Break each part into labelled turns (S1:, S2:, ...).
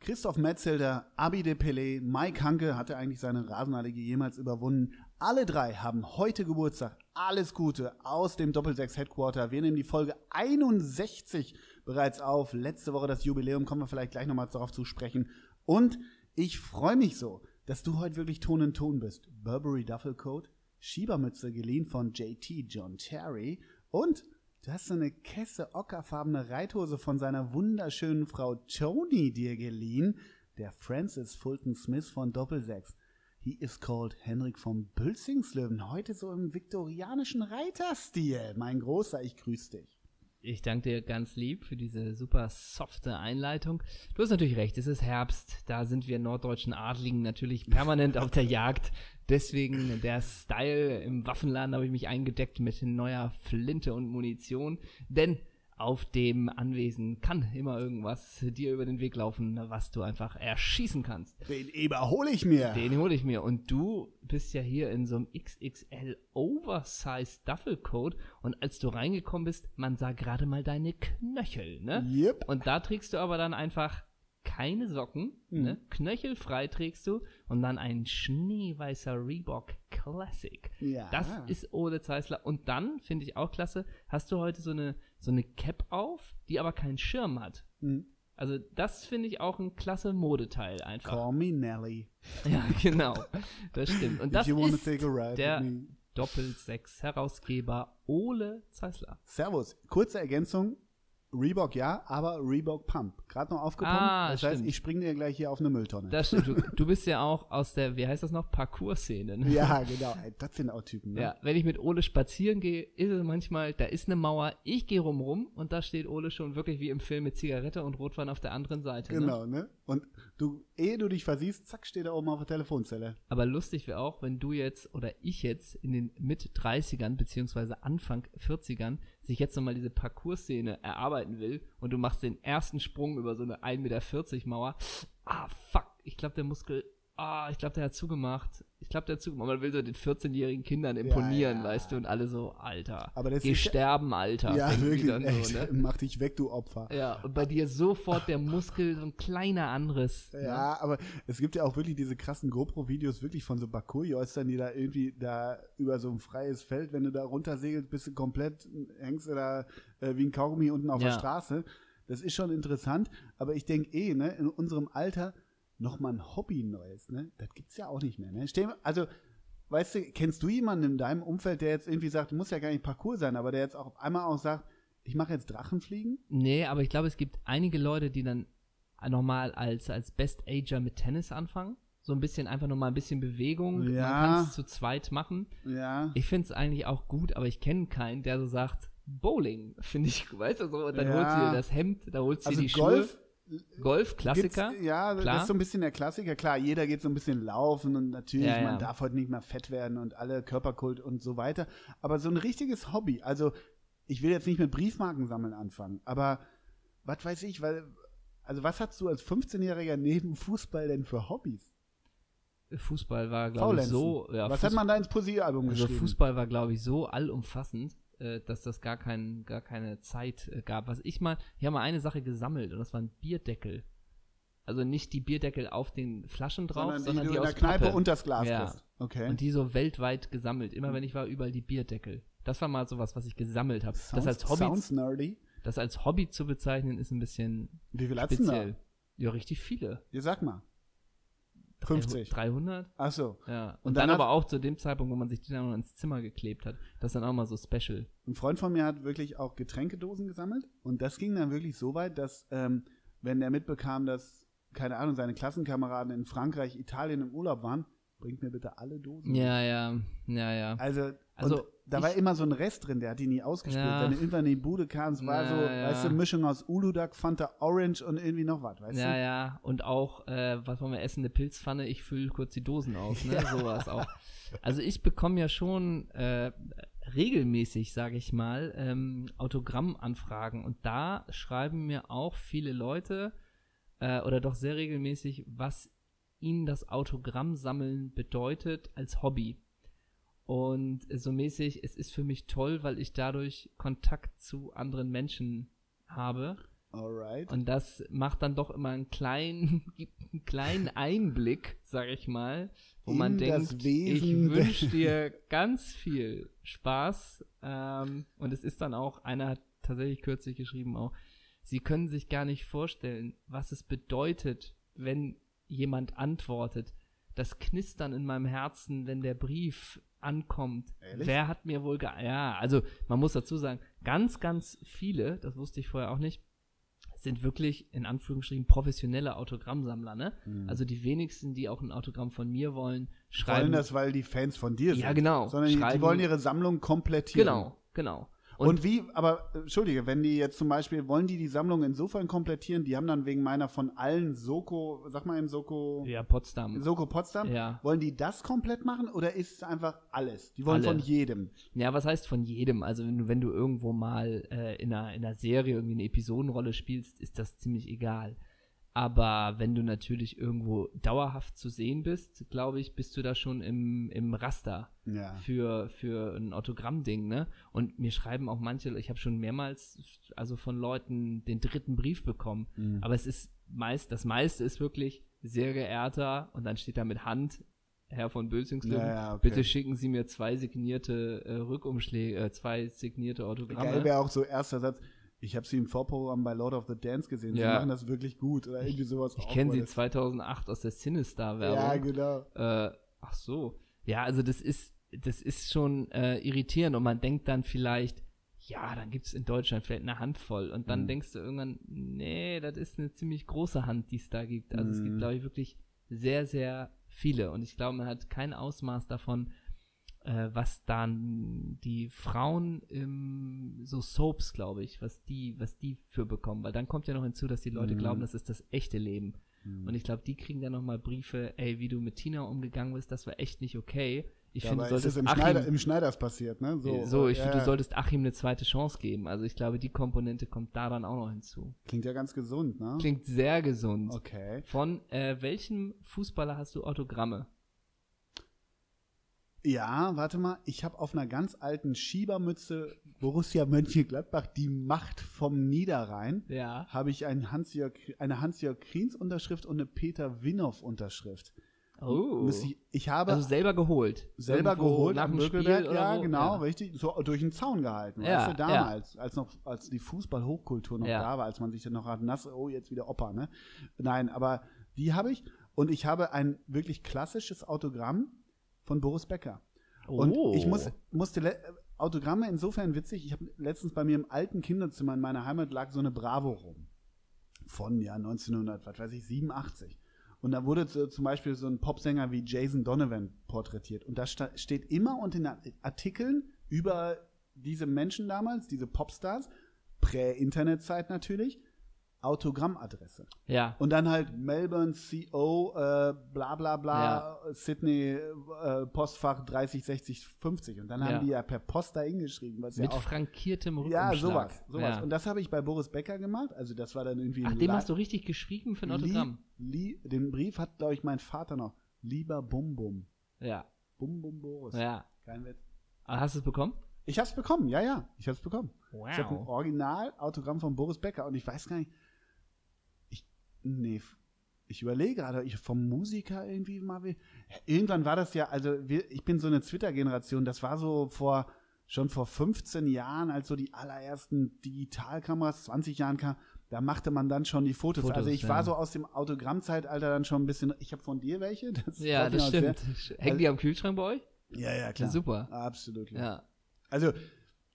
S1: Christoph Metzelder, Abide Pelé, Mike Hanke, hat er eigentlich seine Rasenallergie jemals überwunden? Alle drei haben heute Geburtstag. Alles Gute aus dem Doppelsechs Headquarter. Wir nehmen die Folge 61 bereits auf. Letzte Woche das Jubiläum, kommen wir vielleicht gleich nochmal darauf zu sprechen. Und ich freue mich so, dass du heute wirklich Ton in Ton bist. Burberry Duffelcoat, Schiebermütze geliehen von JT John Terry und Du hast so eine Kesse ockerfarbene Reithose von seiner wunderschönen Frau Tony dir geliehen, der Francis Fulton Smith von Doppelsechs. He is called Henrik vom Bülzingslöwen, heute so im viktorianischen Reiterstil. Mein Großer, ich grüße dich.
S2: Ich danke dir ganz lieb für diese super softe Einleitung. Du hast natürlich recht, es ist Herbst, da sind wir norddeutschen Adligen natürlich permanent auf der Jagd. Deswegen der Style im Waffenladen habe ich mich eingedeckt mit neuer Flinte und Munition, denn auf dem Anwesen kann immer irgendwas dir über den Weg laufen, was du einfach erschießen kannst.
S1: Den Eber hole ich mir.
S2: Den hole ich mir. Und du bist ja hier in so einem XXL Oversized Duffelcoat. Und als du reingekommen bist, man sah gerade mal deine Knöchel, ne?
S1: Yep.
S2: Und da trägst du aber dann einfach keine Socken,
S1: Mhm.
S2: ne? Knöchelfrei trägst du und dann ein schneeweißer Reebok Classic.
S1: Ja.
S2: Das ist Ole Zeisler. Und dann, finde ich auch klasse, hast du heute so eine, so eine Cap auf, die aber keinen Schirm hat.
S1: Hm.
S2: Also das finde ich auch ein klasse Modeteil einfach.
S1: Call me Nelly.
S2: Ja, genau. Das stimmt. Und das
S1: if you wanna
S2: ist
S1: take a ride
S2: der
S1: with me.
S2: Doppelsechs-Herausgeber Ole Zeisler.
S1: Servus. Kurze Ergänzung. Reebok ja, aber Reebok Pump. Gerade noch aufgepumpt.
S2: Ah,
S1: das heißt,
S2: stimmt.
S1: ich springe dir gleich hier auf eine Mülltonne.
S2: Das stimmt. Du, du bist ja auch aus der, wie heißt das noch, Parcours-Szene. Ne?
S1: ja, genau. Ey, Das sind auch Typen. Ne?
S2: Ja, wenn ich mit Ole spazieren gehe, ist es manchmal, da ist eine Mauer, ich gehe rumrum und da steht Ole schon wirklich wie im Film mit Zigarette und Rotwein auf der anderen Seite. Ne?
S1: Genau, ne? Und du, ehe du dich versiehst, zack, steht er oben auf der Telefonzelle.
S2: Aber lustig wäre auch, wenn du jetzt oder ich jetzt in den Mit-30ern beziehungsweise Anfang 40ern sich jetzt nochmal diese Parcours-Szene erarbeiten will und du machst den ersten Sprung über so eine 1,40 Meter Mauer. Ah, fuck, ich glaube, der Muskel, ah, ich glaube, der hat zugemacht. Ich glaube, der hat zugemacht. Man will so den 14-jährigen Kindern imponieren,
S1: ja.
S2: weißt du, und alle so, Alter,
S1: Aber das
S2: geh
S1: ist-
S2: sterben, Alter.
S1: ja,
S2: denken die
S1: wirklich.
S2: dann so,
S1: echt.
S2: ne?
S1: Mach dich weg, du Opfer.
S2: Ja, und bei dir sofort der Muskel, so ein kleiner Anriss.
S1: Ja,
S2: ne?
S1: aber es gibt ja auch wirklich diese krassen GoPro-Videos wirklich von so Bakur-Joistern, die da irgendwie da über so ein freies Feld, wenn du da runtersegelst, bist du komplett, hängst du da äh, wie ein Kaugummi unten auf der
S2: Ja.
S1: Straße. Das ist schon interessant, aber ich denke eh, ne, in unserem Alter noch mal ein Hobby Neues, ne? Das gibt's ja auch nicht mehr, ne? Stell, mir- also, weißt du, kennst du jemanden in deinem Umfeld, der jetzt irgendwie sagt, muss ja gar nicht Parcours sein, aber der jetzt auch auf einmal auch sagt, ich mache jetzt Drachenfliegen?
S2: Nee, aber ich glaube, es gibt einige Leute, die dann nochmal als, als Best-Ager mit Tennis anfangen. So ein bisschen, einfach nochmal ein bisschen Bewegung.
S1: Ja.
S2: Man kann es zu zweit machen.
S1: Ja.
S2: Ich finde es eigentlich auch gut, aber ich kenne keinen, der so sagt, Bowling, finde ich, weißt du, so, und dann
S1: Ja.
S2: holst du dir das Hemd, da holst du
S1: Also
S2: dir die
S1: Golf
S2: Schuhe. Golf, Klassiker.
S1: Gibt's- ja, das
S2: klar.
S1: ist so ein bisschen der Klassiker. Klar, jeder geht so ein bisschen laufen und natürlich,
S2: Ja, ja.
S1: man darf heute nicht mehr fett werden und alle Körperkult und so weiter. Aber so ein richtiges Hobby, also ich will jetzt nicht mit Briefmarken sammeln anfangen, aber was weiß ich, weil, also was hast du als 15-Jähriger neben Fußball denn für Hobbys?
S2: Fußball war, glaube ich,
S1: Faulenzen.
S2: so. Ja,
S1: was hat man da ins Poesiealbum
S2: Also
S1: geschrieben?
S2: Fußball war, glaube ich, so allumfassend, äh, dass das gar, kein, gar keine Zeit äh, gab. Was ich mal, ich habe mal eine Sache gesammelt und das waren Bierdeckel. Also nicht die Bierdeckel auf den Flaschen drauf,
S1: sondern die,
S2: sondern,
S1: du
S2: die,
S1: in
S2: aus
S1: der Kneipe
S2: Pappe.
S1: und das Glas
S2: Ja.
S1: kriegst. Okay.
S2: Und die so weltweit gesammelt. Immer wenn ich war, überall die Bierdeckel. Das war mal sowas, was ich gesammelt habe. Das
S1: Sounds-
S2: als Hobby,
S1: Sounds nerdy.
S2: das als Hobby zu bezeichnen, ist ein bisschen
S1: Wie viel hast du denn
S2: speziell.
S1: da?
S2: Ja, richtig viele.
S1: Ja, sag mal. 50.
S2: 300?
S1: Ach so.
S2: Ja. Und,
S1: Und
S2: dann,
S1: dann
S2: aber auch zu dem Zeitpunkt, wo man sich die dann noch ins Zimmer geklebt hat. Das ist dann auch mal so special.
S1: Ein Freund von mir hat wirklich auch Getränkedosen gesammelt und das ging dann wirklich so weit, dass ähm, wenn er mitbekam, dass, keine Ahnung, seine Klassenkameraden in Frankreich, Italien im Urlaub waren, bringt mir bitte alle Dosen.
S2: Ja, ja, ja, ja.
S1: Also, also
S2: Also,
S1: und da
S2: ich-
S1: war immer so ein Rest drin, der hat die nie ausgespielt.
S2: Ja.
S1: Wenn du irgendwann in die Bude kamst, war so,
S2: Ja,
S1: weißt du,
S2: ja.
S1: Mischung aus Uludag, Fanta Orange und irgendwie noch was, weißt
S2: Ja,
S1: du?
S2: ja. Und auch, äh, was wollen wir essen? Eine Pilzpfanne, ich fülle kurz die Dosen aus, ne? Sowas auch. Also ich bekomme ja schon äh, regelmäßig, sage ich mal, ähm, Autogrammanfragen. Und da schreiben mir auch viele Leute äh, oder doch sehr regelmäßig, was ihnen das Autogrammsammeln bedeutet als Hobby. Und so mäßig, es ist für mich toll, weil ich dadurch Kontakt zu anderen Menschen habe.
S1: Alright.
S2: Und das macht dann doch immer einen kleinen, gibt einen kleinen Einblick, sag ich mal, wo man
S1: In das
S2: denkt, ich
S1: Wesen der-
S2: wünsche dir ganz viel Spaß. Ähm, und es ist dann auch, einer hat tatsächlich kürzlich geschrieben auch, sie können sich gar nicht vorstellen, was es bedeutet, wenn jemand antwortet. Das Knistern in meinem Herzen, wenn der Brief ankommt.
S1: Ehrlich?
S2: Wer hat mir wohl ge Ja, also man muss dazu sagen, ganz, ganz viele, das wusste ich vorher auch nicht, sind wirklich in Anführungsstrichen professionelle Autogrammsammler, ne?
S1: Mhm.
S2: Also die wenigsten, die auch ein Autogramm von mir wollen, schreiben.
S1: wollen das, weil die Fans von dir sind.
S2: Ja, genau.
S1: Sondern die, die
S2: Schreiben-
S1: wollen ihre Sammlung komplettieren.
S2: genau, genau.
S1: Und,
S2: Und-
S1: wie, aber äh, entschuldige, wenn die jetzt zum Beispiel, wollen die die Sammlung insofern komplettieren, die haben dann wegen meiner von allen Soko, sag mal eben Soko,
S2: Ja, Potsdam.
S1: Soko Potsdam,
S2: Ja.
S1: wollen die das komplett machen oder ist es einfach alles? Die wollen von
S2: Alle.
S1: jedem.
S2: Ja, was heißt von jedem? Also wenn du, wenn du irgendwo mal äh, in, einer, in einer Serie irgendwie eine Episodenrolle spielst, ist das ziemlich egal. Aber wenn du natürlich irgendwo dauerhaft zu sehen bist, glaube ich, bist du da schon im, im Raster
S1: Ja.
S2: für, für ein Autogrammding, ne? Und mir schreiben auch manche, ich habe schon mehrmals, also von Leuten den dritten Brief bekommen.
S1: Mhm.
S2: Aber es ist meist, das meiste ist wirklich sehr geehrter und dann steht da mit Hand Herr von Bülzingslöwen,
S1: Ja, ja, okay.
S2: bitte schicken Sie mir zwei signierte äh, Rückumschläge, äh, zwei signierte Autogramme.
S1: Geil wäre auch so erster Satz. Ich habe sie im Vorprogramm bei Lord of the Dance gesehen. Sie
S2: Ja.
S1: machen das wirklich gut oder irgendwie sowas.
S2: ich kenne sie
S1: Awkwardes.
S2: 2008 aus der
S1: Ja,
S2: Sinistar-Werbung.
S1: genau.
S2: äh, ach so. Ja, also das ist, das ist schon äh, irritierend und man denkt dann vielleicht, ja, dann gibt es in Deutschland vielleicht eine Handvoll und dann
S1: Mhm.
S2: denkst du irgendwann, nee, das ist eine ziemlich große Hand, die es da gibt. Also es
S1: Mhm.
S2: gibt, glaube ich, wirklich sehr, sehr viele und ich glaube, man hat kein Ausmaß davon, äh, was dann die Frauen im, so Soaps, glaube ich, was die, was die für bekommen, weil dann kommt ja noch hinzu, dass die Leute
S1: Mhm.
S2: glauben, das ist das echte Leben. Und ich glaube, die kriegen dann nochmal Briefe, ey, wie du mit Tina umgegangen bist, das war echt nicht okay. Ich finde,
S1: Dabei
S2: du
S1: ist es
S2: solltest
S1: im, Schneider,
S2: Achim,
S1: im Schneiders passiert, ne? So,
S2: so, so, ich
S1: ja,
S2: finde, du
S1: ja.
S2: solltest Achim eine zweite Chance geben. Also ich glaube, die Komponente kommt da dann auch noch hinzu.
S1: Klingt ja ganz gesund, ne?
S2: Klingt sehr gesund.
S1: Okay.
S2: Von äh, welchem Fußballer hast du Autogramme?
S1: Ja, warte mal. Ich habe auf einer ganz alten Schiebermütze Borussia Mönchengladbach die Macht vom Niederrhein.
S2: Ja.
S1: Habe ich einen Hans-Jörg, eine Hans-Jörg Kriens Unterschrift und eine Peter Winnow Unterschrift.
S2: Oh.
S1: Müsste Ich, ich habe
S2: also selber geholt.
S1: selber
S2: Irgendwo
S1: geholt
S2: nach
S1: am
S2: dem Spiel
S1: Mögelberg,
S2: oder
S1: ja,
S2: wo?
S1: genau,
S2: Ja.
S1: richtig, so durch den Zaun gehalten, weißt
S2: Ja,
S1: du,
S2: ja.
S1: damals, als noch, als die Fußball-Hochkultur noch
S2: Ja.
S1: da war, als man sich dann noch hat, nass, oh, jetzt wieder Opa, ne? Nein, aber die habe ich und ich habe ein wirklich klassisches Autogramm von Boris Becker. Und
S2: Oh.
S1: ich muss, musste le- Autogramme insofern witzig, ich habe letztens bei mir im alten Kinderzimmer in meiner Heimat lag so eine Bravo rum. Von ja 1900, was weiß ich, 87. Und da wurde so, zum Beispiel so ein Popsänger wie Jason Donovan porträtiert. Und da sta- steht immer unter den Artikeln über diese Menschen damals, diese Popstars, Prä-Internet-Zeit natürlich, Autogrammadresse.
S2: Ja.
S1: Und dann halt Melbourne CO, äh, bla bla bla, Sydney, äh, Postfach 30, 60, 50. Und dann
S2: Ja.
S1: haben die ja per Post da hingeschrieben, was
S2: Mit
S1: ja auch.
S2: frankiertem Rückumschlag.
S1: Ja, sowas, sowas.
S2: Ja.
S1: Und das habe ich bei Boris Becker gemacht. Also das war dann irgendwie
S2: Ach,
S1: ein
S2: dem
S1: La-
S2: hast du richtig geschrieben für ein Autogramm.
S1: Lie, lie, den Brief hat, glaube ich, mein Vater noch. Lieber Bum Bum.
S2: Ja.
S1: Bum Bum Boris.
S2: Ja.
S1: Kein Witz.
S2: Aber hast du es bekommen?
S1: Ich hab's bekommen, ja, ja. Ich hab's bekommen.
S2: Wow.
S1: Ich habe ein Original-Autogramm von Boris Becker und ich weiß gar nicht. Ich, nee, f- ich überlege gerade, ich vom Musiker irgendwie mal. wie- Irgendwann war das ja, also wir, ich bin so eine Twitter-Generation, das war so vor schon vor 15 Jahren, als so die allerersten Digitalkameras, 20 Jahren kam, da machte man dann schon die Fotos.
S2: Fotos,
S1: also ich
S2: ja.
S1: war so aus dem Autogrammzeitalter dann schon ein bisschen. Ich habe von dir welche. Das
S2: Ja,
S1: freut mich
S2: das
S1: auch sehr.
S2: stimmt. Hängen die am Kühlschrank bei euch?
S1: Ja, ja,
S2: Ja,
S1: klar.
S2: super.
S1: Absolut. klar.
S2: Ja.
S1: Also,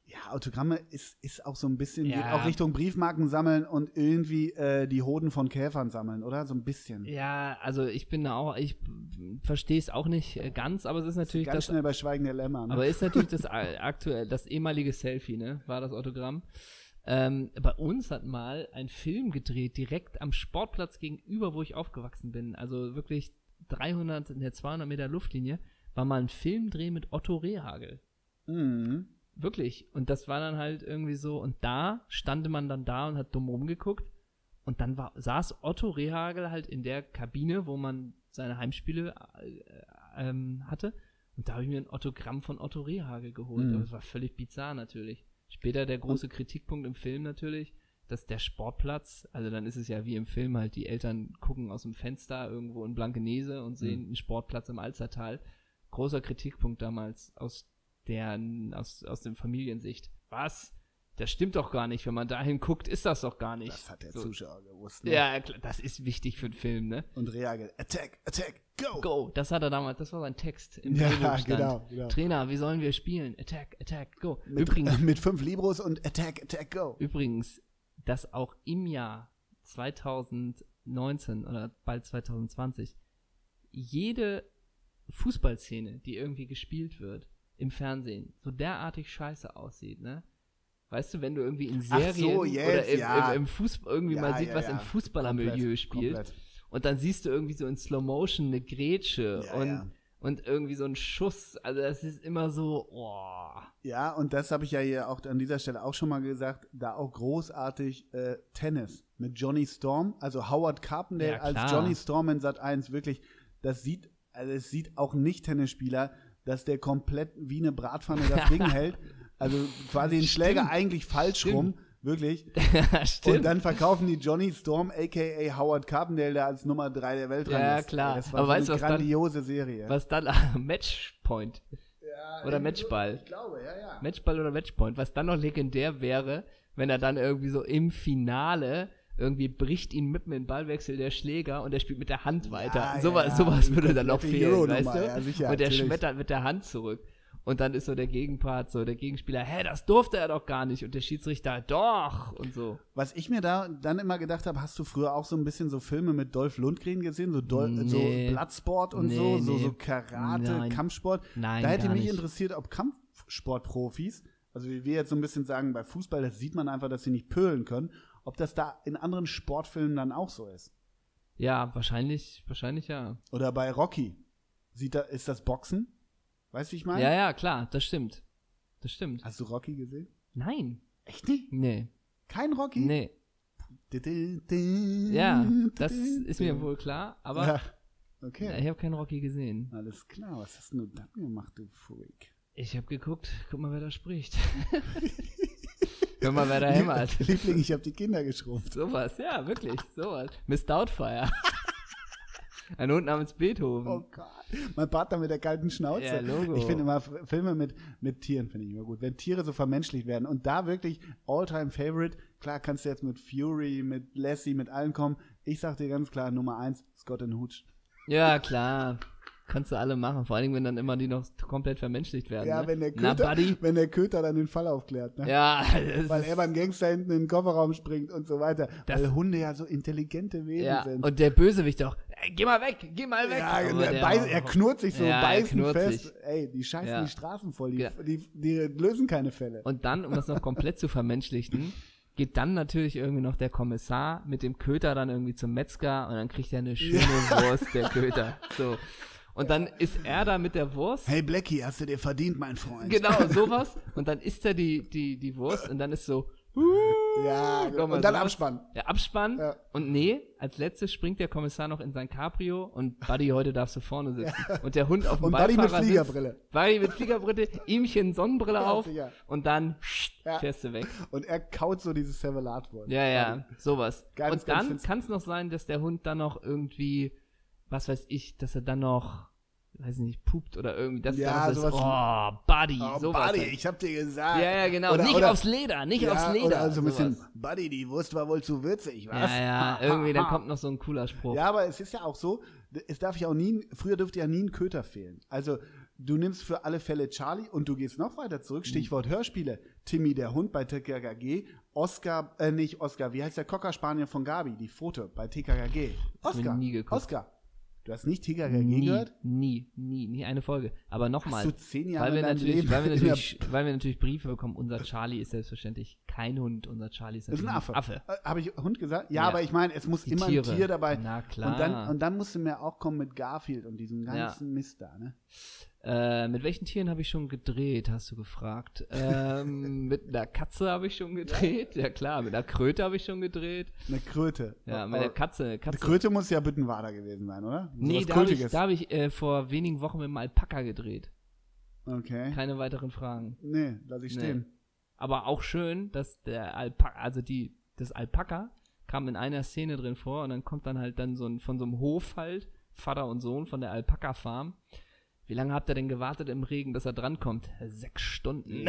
S1: ja, Autogramme ist, ist auch so ein bisschen, geht
S2: Ja.
S1: auch Richtung Briefmarken sammeln und irgendwie äh, die Hoden von Käfern sammeln, oder? So ein bisschen.
S2: ja, also ich bin da auch, ich verstehe es auch nicht äh, ganz, aber es ist natürlich
S1: Ganz
S2: das,
S1: schnell bei Schweigen der Lämmer. Ne?
S2: aber ist natürlich das a- aktuell, das ehemalige Selfie, ne, war das Autogramm. Ähm, bei uns hat mal ein Film gedreht, direkt am Sportplatz gegenüber, wo ich aufgewachsen bin. Also wirklich 300, ne, 200 Meter Luftlinie, war mal ein Filmdreh mit Otto Rehagel.
S1: mhm.
S2: Wirklich. Und das war dann halt irgendwie so, und da stande man dann da und hat dumm rumgeguckt. Und dann war, saß Otto Rehagel halt in der Kabine, wo man seine Heimspiele äh, ähm, hatte. Und da habe ich mir ein Autogramm von Otto Rehagel geholt.
S1: Mhm.
S2: Aber es war völlig bizarr natürlich. Später der große Kritikpunkt im Film natürlich. dass der Sportplatz, also dann ist es ja wie im Film halt, die Eltern gucken aus dem Fenster irgendwo in Blankenese und sehen einen Sportplatz im Alstertal. Großer Kritikpunkt damals aus der, aus, aus dem Familiensicht. Was? Das stimmt doch gar nicht. Wenn man dahin guckt, ist das doch gar nicht.
S1: Das hat der
S2: So.
S1: Zuschauer gewusst. Ne?
S2: Ja, klar, das ist wichtig für den Film, ne?
S1: Und Reagel, Attack, Attack, Go!
S2: Go, das hat er damals, das war sein Text im
S1: Ja,
S2: Drehbuch stand.
S1: genau, genau.
S2: Trainer, wie sollen wir spielen? Attack, Attack, go.
S1: Mit,
S2: Übrigens,
S1: mit fünf Libros und Attack, Attack, Go!
S2: übrigens, dass auch im Jahr 2019 oder bald 2020 jede Fußballszene, die irgendwie gespielt wird im Fernsehen, so derartig scheiße aussieht, ne? Weißt du, wenn du irgendwie in
S1: Ach
S2: Serien
S1: so, jetzt,
S2: oder im,
S1: ja.
S2: im, im Fußball irgendwie
S1: Ja,
S2: mal sieht,
S1: ja,
S2: was
S1: ja.
S2: im Fußballermilieu
S1: Komplett,
S2: spielt
S1: komplett.
S2: und dann siehst du irgendwie so in Slow Motion eine Grätsche
S1: Ja,
S2: und,
S1: ja.
S2: und irgendwie so ein Schuss. Also das ist immer so, oh.
S1: Ja, und das habe ich ja hier auch an dieser Stelle auch schon mal gesagt, da auch großartig äh, Tennis mit Johnny Storm, also Howard Carpenter
S2: Ja,
S1: als
S2: klar.
S1: Johnny Storm in Sat 1, wirklich, das sieht, also es sieht auch nicht Tennisspieler, dass der komplett wie eine Bratpfanne das Ding hält, also quasi den Schläger eigentlich falsch rum, wirklich. Und
S2: Stimmt.
S1: dann verkaufen die Johnny Storm, aka Howard Carpendale, der als Nummer 3 der Welt
S2: Ja,
S1: dran ist.
S2: klar.
S1: Das war
S2: Aber
S1: so
S2: weißt du,
S1: eine
S2: was dann-
S1: grandiose Serie.
S2: was dann Matchpoint. Oder irgendwie so. Matchball.
S1: Ich
S2: Ich
S1: glaube, ja, ja.
S2: Matchball oder Matchpoint. Was dann noch legendär wäre, wenn er dann irgendwie so im Finale irgendwie bricht ihn mitten im Ballwechsel der Schläger und er spielt mit der Hand weiter.
S1: ja,
S2: sowas,
S1: ja,
S2: sowas
S1: die
S2: würde dann noch
S1: komplette
S2: fehlen,
S1: Euro-Nummer,
S2: weißt du?
S1: ja, sicher,
S2: und der
S1: natürlich.
S2: schmettert mit der Hand zurück. Und dann ist so der Gegenpart, so der Gegenspieler, hä, das durfte er doch gar nicht. Und der Schiedsrichter, doch. Und so.
S1: Was ich mir da dann immer gedacht habe, hast du früher auch so ein bisschen so Filme mit Dolph Lundgren gesehen? So, Dol
S2: Nee.
S1: so Bloodsport und
S2: Nee,
S1: so, so,
S2: nee.
S1: so Karate,
S2: Nein.
S1: Kampfsport.
S2: Nein,
S1: da hätte
S2: gar
S1: mich
S2: nicht.
S1: interessiert, ob Kampfsportprofis, also wie wir jetzt so ein bisschen sagen, bei Fußball, das sieht man einfach, dass sie nicht pölen können, ob das da in anderen Sportfilmen dann auch so ist.
S2: Ja, wahrscheinlich, wahrscheinlich ja.
S1: Oder bei Rocky. Sieht da, ist das Boxen? Weißt du, wie ich meine?
S2: Ja, ja, klar, das stimmt. Das stimmt.
S1: Hast du Rocky gesehen?
S2: Nein.
S1: Echt nicht?
S2: Nee.
S1: Kein Rocky?
S2: Nee.
S1: Du, du, du,
S2: Ja,
S1: du,
S2: das
S1: du,
S2: ist
S1: du.
S2: mir wohl klar, aber
S1: Ja,
S2: Ja,
S1: okay.
S2: ich habe keinen Rocky gesehen.
S1: Alles klar, was hast denn du dann gemacht, du Freak?
S2: Ich habe geguckt, guck mal, wer da spricht. Hör mal, wer da hämmert.
S1: Liebling, ich habe die Kinder geschrumpft.
S2: Sowas, ja, wirklich, sowas. Miss Doubtfire. Ein Hund namens Beethoven.
S1: Oh Gott. Mein Partner mit der kalten Schnauze.
S2: Ja, Logo.
S1: Ich finde immer F- Filme mit, mit Tieren finde ich immer gut. Wenn Tiere so vermenschlicht werden und da wirklich All-Time Favorite, klar kannst du jetzt mit Fury, mit Lassie, mit allen kommen. Ich sag dir ganz klar, Nummer eins, Scott and Hooch.
S2: Ja, klar. Kannst du alle machen. Vor allen Dingen, wenn dann immer die noch komplett vermenschlicht werden.
S1: Ja,
S2: ne?
S1: wenn der
S2: Na,
S1: Köter,
S2: Buddy.
S1: wenn der Köter dann den Fall aufklärt, ne?
S2: Ja, das
S1: Weil
S2: ist-
S1: er beim Gangster hinten in den Kofferraum springt und so weiter.
S2: Das-
S1: Weil Hunde ja so intelligente Wesen
S2: ja.
S1: sind.
S2: Und der Bösewicht auch. Ey, geh mal weg, geh mal weg.
S1: Ja,
S2: Aber
S1: der beiß, er knurrt sich so,
S2: Ja, er
S1: beißen
S2: knurrt
S1: fest.
S2: sich.
S1: Ey, die scheißen
S2: Ja.
S1: die Straßen voll, die,
S2: Ja.
S1: die, die lösen keine Fälle.
S2: Und dann, um das noch komplett zu vermenschlichen, geht dann natürlich irgendwie noch der Kommissar mit dem Köter dann irgendwie zum Metzger und dann kriegt er eine schöne Wurst, der Köter. So. Und dann ist er da mit der Wurst.
S1: hey Blackie, hast du dir verdient, mein Freund?
S2: Genau, sowas. Und dann isst er die, die, die Wurst und dann ist so.
S1: Ja,
S2: Guck mal,
S1: und dann
S2: sowas.
S1: Abspann.
S2: Der Abspann.
S1: Ja.
S2: Und nee, als letztes springt der Kommissar noch in sein Cabrio und Buddy, heute darfst du vorne sitzen. Und der Hund auf dem
S1: Und Buddy mit
S2: Beifahrersitz,
S1: Fliegerbrille.
S2: Buddy mit Fliegerbrille, ihmchen Sonnenbrille auf
S1: sicher.
S2: und dann
S1: Ja.
S2: fährst du weg.
S1: Und er kaut so dieses Servalat-Wort.
S2: Ja, ja, sowas.
S1: Ganz, ganz
S2: und dann
S1: finster.
S2: kann es noch sein, dass der Hund dann noch irgendwie, was weiß ich, dass er dann noch, weiß nicht, pupt oder irgendwie. Das
S1: Ja,
S2: ist dann noch
S1: sowas-
S2: so, oh, Buddy,
S1: Oh,
S2: sowas.
S1: Buddy,
S2: halt.
S1: ich hab dir gesagt.
S2: ja, ja, genau.
S1: Oder-
S2: nicht
S1: oder-
S2: aufs Leder, nicht
S1: ja,
S2: aufs Leder.
S1: Oder also ein bisschen,
S2: sowas.
S1: Buddy, die Wurst war wohl zu würzig, was?
S2: Ja, ja, irgendwie, dann kommt noch so ein cooler Spruch.
S1: Ja, aber es ist ja auch so, es darf ja auch nie, früher dürfte ja nie ein Köter fehlen. Also, du nimmst für alle Fälle Charlie und du gehst noch weiter
S2: Mhm.
S1: zurück. Stichwort Hörspiele. Timmy der Hund bei TKKG, Oscar, äh, nicht Oscar, wie heißt der Cocker Spanier von Gabi, die Pfote bei TKKG?
S2: Hab ich
S1: Oscar.
S2: nie geguckt.
S1: Oscar. Du hast nicht TKKG
S2: Nie,
S1: gehört?
S2: nie, nie, nie eine Folge. Aber
S1: Hast
S2: nochmal,
S1: du zehn Jahre
S2: weil wir
S1: in deinem
S2: natürlich,
S1: Leben
S2: weil wir
S1: in der-
S2: natürlich, weil wir natürlich Briefe bekommen. Unser Charlie ist selbstverständlich kein Hund. Unser Charlie ist
S1: Das ist
S2: natürlich
S1: ein Affe.
S2: Affe.
S1: Habe ich Hund gesagt? Ja,
S2: Ja.
S1: aber ich meine, es muss
S2: Die
S1: immer
S2: Tiere.
S1: ein Tier dabei.
S2: Na klar.
S1: Und dann, und dann musst du mir auch kommen mit Garfield und diesem
S2: Ja.
S1: ganzen Mist da, ne?
S2: Äh, mit welchen Tieren habe ich schon gedreht, hast du gefragt. Ähm, mit einer Katze habe ich schon gedreht, ja klar. Mit einer Kröte habe ich schon gedreht.
S1: Eine Kröte. Oh,
S2: Ja, mit
S1: Aber-
S2: der Katze. Katze.
S1: Die Kröte muss ja Büttenwader gewesen sein, oder?
S2: oh. nee,
S1: Sowas
S2: da habe ich,
S1: Krötiges.
S2: da hab ich äh, vor wenigen Wochen mit einem Alpaka gedreht.
S1: Okay.
S2: Keine weiteren Fragen.
S1: Nee, lass ich
S2: Nee.
S1: stehen.
S2: Aber auch schön, dass der Alpaka, also die das Alpaka kam in einer Szene drin vor und dann kommt dann halt dann so ein, von so einem Hof halt, Vater und Sohn von der Alpaka-Farm. Wie lange habt ihr denn gewartet im Regen, dass er drankommt? Sechs Stunden.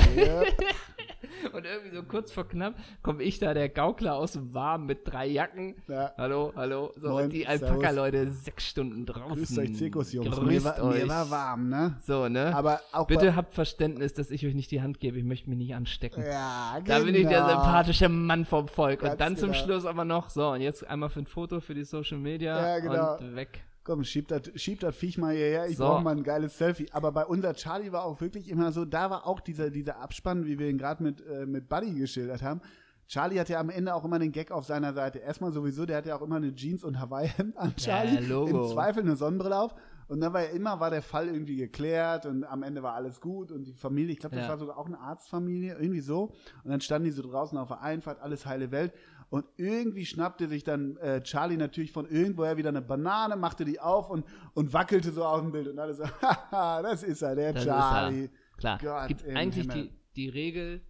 S2: und irgendwie so kurz vor knapp komme ich da, der Gaukler aus dem Warm mit drei Jacken.
S1: Ja.
S2: Hallo, hallo. So,
S1: Moin,
S2: und die
S1: servus.
S2: Alpaka-Leute sechs Stunden draußen.
S1: Grüßt euch, Zirkusjungs. Mir,
S2: Grüßt
S1: war- mir
S2: euch.
S1: war warm, ne?
S2: So, ne?
S1: Aber auch
S2: Bitte habt Verständnis, dass ich euch nicht die Hand gebe. Ich möchte mich nicht anstecken.
S1: Bei, ja,
S2: Da bin ich der
S1: genau.
S2: sympathische Mann vom Volk.
S1: Ganz
S2: und dann zum
S1: genau.
S2: Schluss aber noch, so, und jetzt einmal für ein Foto für die Social Media
S1: Ja, genau.
S2: und weg.
S1: Komm, schieb das schieb das Viech mal hierher, ich
S2: So.
S1: brauche mal ein geiles Selfie. Aber bei unser Charlie war auch wirklich immer so, da war auch dieser, dieser Abspann, wie wir ihn gerade mit, äh, mit Buddy geschildert haben. Charlie hat ja am Ende auch immer den Gag auf seiner Seite. Erstmal sowieso, der hat ja auch immer eine Jeans und Hawaii-Hemd an Charlie.
S2: Logo.
S1: Im Zweifel eine Sonnenbrille auf. Und dann war ja immer, war der Fall irgendwie geklärt und am Ende war alles gut und die Familie, ich glaube, das
S2: Ja.
S1: war sogar auch eine Arztfamilie, irgendwie so. Und dann standen die so draußen auf der Einfahrt, alles heile Welt. Und irgendwie schnappte sich dann äh, Charlie natürlich von irgendwoher wieder eine Banane, machte die auf und, und wackelte so auf dem Bild. Und alle so, haha, das ist er, der
S2: Das ist er.
S1: Charlie.
S2: Klar.
S1: Gott
S2: es gibt
S1: im
S2: eigentlich
S1: Himmel.
S2: die, die Regel,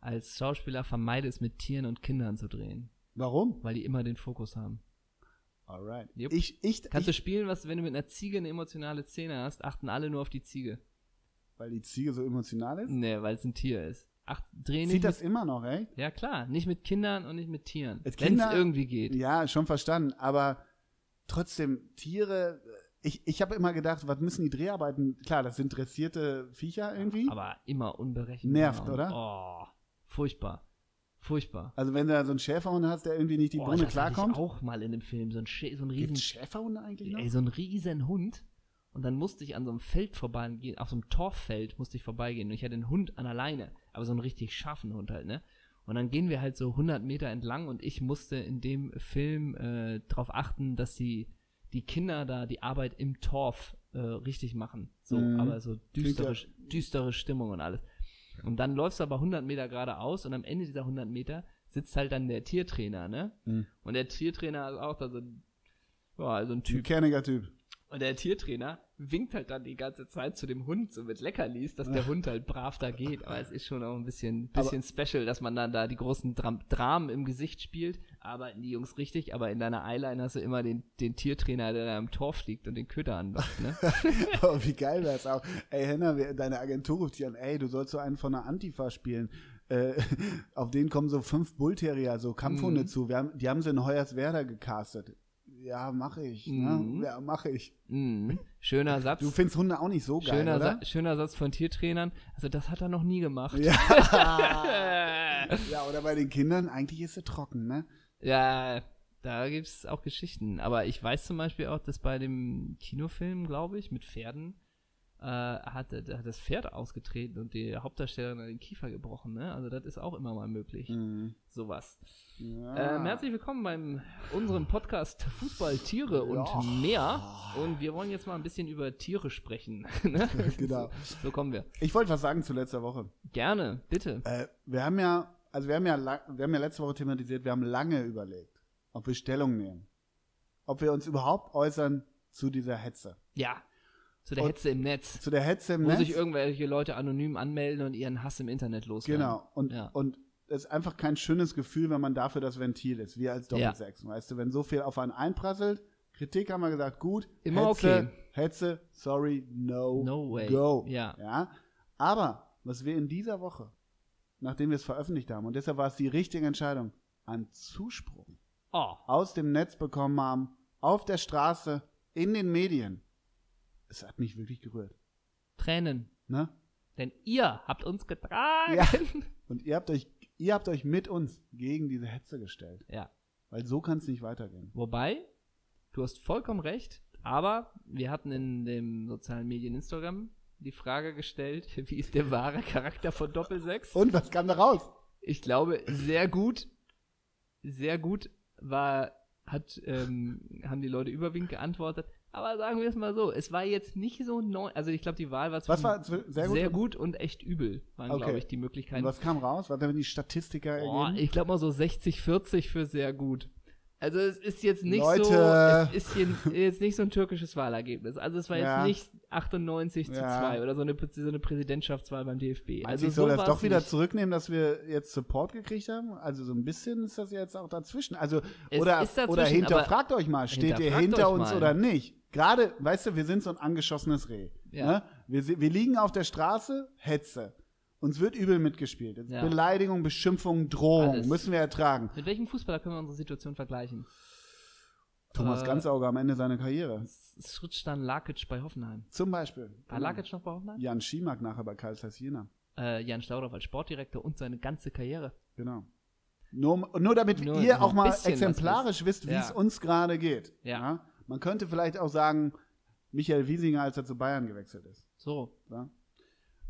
S2: als Schauspieler vermeide es mit Tieren und Kindern zu drehen,
S1: Warum?
S2: weil die immer den Fokus haben.
S1: Alright.
S2: Jupp.
S1: Ich, ich,
S2: Kannst
S1: ich,
S2: du spielen, was, wenn du mit einer Ziege eine emotionale Szene hast, achten alle nur auf die Ziege.
S1: weil die Ziege so emotional ist.
S2: Nee, weil es ein Tier ist. Ach, dreh nicht
S1: Zieht das
S2: mit,
S1: immer noch, ey?
S2: Ja klar, nicht mit Kindern und nicht mit Tieren.
S1: Als
S2: Wenn es
S1: Kinder-
S2: irgendwie geht.
S1: Ja, schon verstanden. Aber trotzdem, Tiere, ich, ich habe immer gedacht, was müssen die Dreharbeiten? Klar, das sind dressierte Viecher irgendwie.
S2: Aber immer unberechenbar.
S1: Nervt,
S2: und-
S1: oder?
S2: Oh, furchtbar. Furchtbar.
S1: also wenn du da so einen Schäferhund hast, der irgendwie nicht die
S2: oh,
S1: Bohne
S2: das hatte
S1: klarkommt.
S2: Ich auch mal in dem Film so ein, Schä- so ein riesen
S1: Gibt Schäferhunde eigentlich noch?
S2: ey, so ein riesen Hund und dann musste ich an so einem Feld vorbeigehen, auf so einem Torffeld musste ich vorbeigehen und ich hatte einen Hund an der Leine, aber so einen richtig scharfen Hund halt, ne? Und dann gehen wir halt so 100 Meter entlang und ich musste in dem Film äh, darauf achten, dass die, die Kinder da die Arbeit im Torf äh, richtig machen. So,
S1: Mhm.
S2: aber so
S1: Klingt
S2: düstere, düstere Stimmung und alles. Und dann läufst du aber 100 Meter geradeaus und am Ende dieser 100 Meter sitzt halt dann der Tiertrainer, ne?
S1: Mhm.
S2: Und der Tiertrainer ist auch da so ein, ja, so ein Typ.
S1: Ein kerniger Typ.
S2: Und der Tiertrainer winkt halt dann die ganze Zeit zu dem Hund, so mit Leckerlis, dass der Hund halt brav da geht. Aber es ist schon auch ein bisschen, bisschen special, dass man dann da die großen Dram Dramen im Gesicht spielt. Arbeiten die Jungs richtig, aber in deiner Eyeline hast du immer den, den Tiertrainer, der da im Torf liegt und den Köder anmacht, ne?
S1: oh, wie geil wär's auch. Ey, Henna, wir- deine Agentur ruft dich an, ey, du sollst so einen von der Antifa spielen. Äh, auf den kommen so fünf Bullterrier, so Kampfhunde
S2: Mhm.
S1: zu. Wir haben, die haben sie in Hoyerswerda gecastet. Ja, mache ich.
S2: Mhm.
S1: Ne? Ja, mache ich.
S2: mm. Schöner Satz.
S1: Du findest Hunde auch nicht so geil,
S2: schöner,
S1: oder?
S2: Sa schöner Satz von Tiertrainern. Also, das hat er noch nie gemacht.
S1: Ja. ja, oder bei den Kindern, eigentlich ist sie trocken, ne?
S2: Ja, da gibt's auch Geschichten. Aber ich weiß zum Beispiel auch, dass bei dem Kinofilm, glaube ich, mit Pferden, äh, hat, da hat das Pferd ausgetreten und die Hauptdarstellerin hat den Kiefer gebrochen. Ne? Also das ist auch immer mal möglich.
S1: Hm.
S2: Sowas.
S1: Mhm. Äh, Ja.
S2: Ähm, herzlich willkommen beim unserem Podcast Fußball, Tiere und
S1: Ja.
S2: mehr. Und wir wollen jetzt mal ein bisschen über Tiere sprechen. ne?
S1: Genau.
S2: So, so kommen wir.
S1: Ich wollte was sagen zu letzter Woche.
S2: Gerne, bitte.
S1: Äh, wir haben ja, also wir haben ja, lang, wir haben ja letzte Woche thematisiert, wir haben lange überlegt, ob wir Stellung nehmen. Ob wir uns überhaupt äußern zu dieser Hetze.
S2: Ja. Zu der
S1: Und-
S2: Hetze im Netz.
S1: Zu der Hetze im
S2: Wo
S1: Netz.
S2: sich irgendwelche Leute anonym anmelden und ihren Hass im Internet loswerden.
S1: Genau. Und,
S2: ne? Ja.
S1: und es ist einfach kein schönes Gefühl, wenn man dafür das Ventil ist, wir als Doppelsechs. Weißt du, wenn so viel auf einen einprasselt, Kritik haben wir gesagt, gut,
S2: Immer
S1: Hetze,
S2: okay.
S1: Hetze, sorry, no,
S2: No way.
S1: go.
S2: Ja.
S1: ja. Aber was wir in dieser Woche, nachdem wir es veröffentlicht haben, und deshalb war es die richtige Entscheidung, an Zuspruch
S2: Oh,
S1: aus dem Netz bekommen haben, auf der Straße, in den Medien, es hat mich wirklich gerührt.
S2: Tränen.
S1: Ne?
S2: Denn ihr habt uns getragen.
S1: Ja. Und ihr habt euch, ihr habt euch mit uns gegen diese Hetze gestellt.
S2: Ja.
S1: Weil so kann es nicht weitergehen.
S2: Wobei, du hast vollkommen recht, aber wir hatten in dem sozialen Medien Instagram die Frage gestellt, wie ist der wahre Charakter von Doppelsechs?
S1: Und was kam da raus?
S2: Ich glaube, sehr gut, sehr gut war, hat, ähm, haben die Leute überwiegend geantwortet. Aber sagen wir es mal so, es war jetzt nicht so neu. Also ich glaube, die Wahl war
S1: Was
S2: zwischen
S1: war sehr gut?
S2: sehr gut und echt übel, waren,
S1: Okay.
S2: glaube ich, die
S1: Und
S2: Möglichkeiten.
S1: was kam raus? Was haben die Statistiker
S2: Boah,
S1: ergeben?
S2: ich glaube mal so 60, 40 für sehr gut. Also es ist jetzt nicht
S1: Leute.
S2: so, es ist hier, jetzt nicht so ein türkisches Wahlergebnis. Also es war jetzt
S1: Ja.
S2: nicht 98 zu
S1: Ja.
S2: 2 oder so eine, so eine Präsidentschaftswahl beim DFB.
S1: Also
S2: Also
S1: ich
S2: so
S1: soll das
S2: war's
S1: doch wieder
S2: nicht.
S1: zurücknehmen, dass wir jetzt Support gekriegt haben. Also so ein bisschen ist das jetzt auch dazwischen. Also
S2: Es
S1: oder,
S2: ist dazwischen,
S1: oder hinterfragt euch mal, steht ihr
S2: hinterfragt
S1: hinter
S2: euch
S1: uns
S2: mal.
S1: oder nicht? Gerade, weißt du, wir sind so ein angeschossenes Reh.
S2: Ja.
S1: Ne? Wir, si- wir liegen auf der Straße, Hetze. Uns wird übel mitgespielt.
S2: Ja.
S1: Beleidigung, Beschimpfung, Drohung
S2: Alles.
S1: müssen wir ertragen.
S2: Mit welchem Fußballer können wir unsere Situation vergleichen?
S1: Thomas
S2: Äh,
S1: Ganzauger am Ende seiner Karriere.
S2: Schrittstand Lakic bei Hoffenheim.
S1: Zum Beispiel.
S2: War Lakic noch bei Hoffenheim?
S1: Jan Schimak nachher bei Karl Zeiss Jena.
S2: Äh, Jan Staudorf als Sportdirektor und seine ganze Karriere.
S1: Genau. Nur, um, nur damit
S2: Nur
S1: ihr
S2: so
S1: auch
S2: ein
S1: mal
S2: bisschen was
S1: exemplarisch wisst, wie es
S2: Ja.
S1: uns gerade geht.
S2: Ja.
S1: Man könnte vielleicht auch sagen, Michael Wiesinger, als er zu Bayern gewechselt ist.
S2: So,
S1: Ja?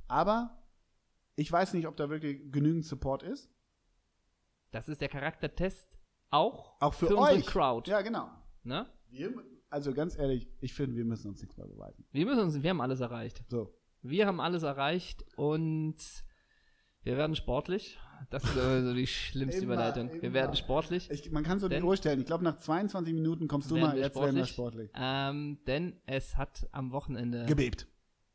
S1: Aber ich weiß nicht, ob da wirklich genügend Support ist.
S2: das ist der Charaktertest auch,
S1: Auch für,
S2: unsere
S1: euch.
S2: Crowd.
S1: Ja, genau.
S2: Ne?
S1: Wir, also ganz ehrlich, ich finde, wir müssen uns nichts mehr beweisen.
S2: Wir müssen uns, wir haben alles erreicht.
S1: So.
S2: Wir haben alles erreicht und wir werden sportlich. Das ist also die schlimmste
S1: Immer,
S2: Überleitung. Wir
S1: immer.
S2: werden sportlich.
S1: Ich, man kann so die
S2: Denn-
S1: Uhr stellen. Ich glaube, nach 22 Minuten kommst du
S2: Werden
S1: mal,
S2: wir
S1: jetzt werden wir sportlich.
S2: Ähm, denn es hat am Wochenende
S1: Gebebt.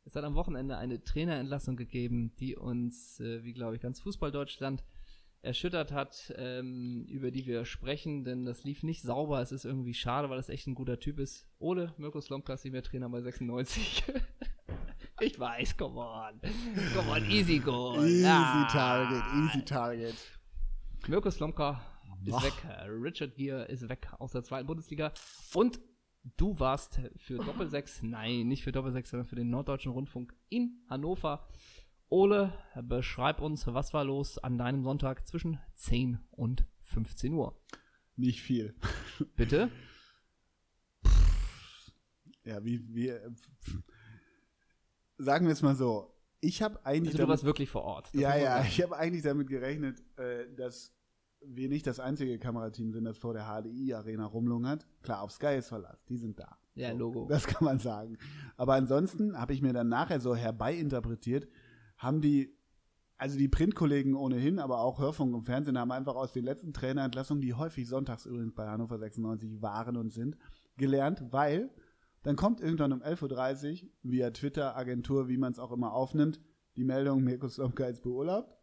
S2: es hat am Wochenende eine Trainerentlassung gegeben, die uns, äh, wie glaube ich, ganz Fußball Deutschland erschüttert hat, ähm, über die wir sprechen, denn das lief nicht sauber. Es ist irgendwie schade, weil das echt ein guter Typ ist. Ole Mirko Slomka ist nicht mehr Trainer bei 96. ich weiß, come on. Come on, easy goal.
S1: Easy
S2: Ah.
S1: Target, easy Target.
S2: Mirko Slomka ist
S1: Ach.
S2: weg, Richard Gere ist weg aus der zweiten Bundesliga und du warst für Doppelsechs, nein, nicht für Doppelsechs, sondern für den Norddeutschen Rundfunk in Hannover. Ole, beschreib uns, was war los an deinem Sonntag zwischen 10 und 15 Uhr?
S1: Nicht viel.
S2: Bitte?
S1: Ja, wie, wie äh, sagen wir es mal so. Ich habe eigentlich
S2: Also du warst
S1: damit,
S2: wirklich vor Ort. Das
S1: ja,
S2: muss man
S1: ja,
S2: sagen.
S1: ich habe eigentlich damit gerechnet, äh, dass wir nicht das einzige Kamerateam sind, das vor der HDI Arena rumlungert. Klar, auf Sky ist Verlass, die sind da.
S2: Ja, Logo.
S1: Das kann man sagen. Aber ansonsten habe ich mir dann nachher so herbeiinterpretiert, haben die also die Printkollegen ohnehin, aber auch Hörfunk und Fernsehen haben einfach aus den letzten Trainerentlassungen, die häufig sonntags übrigens bei Hannover 96 waren und sind, gelernt, weil dann kommt irgendwann um 11.30 Uhr via Twitter, Agentur, wie man es auch immer aufnimmt, die Meldung, Mirko Slomka ist beurlaubt,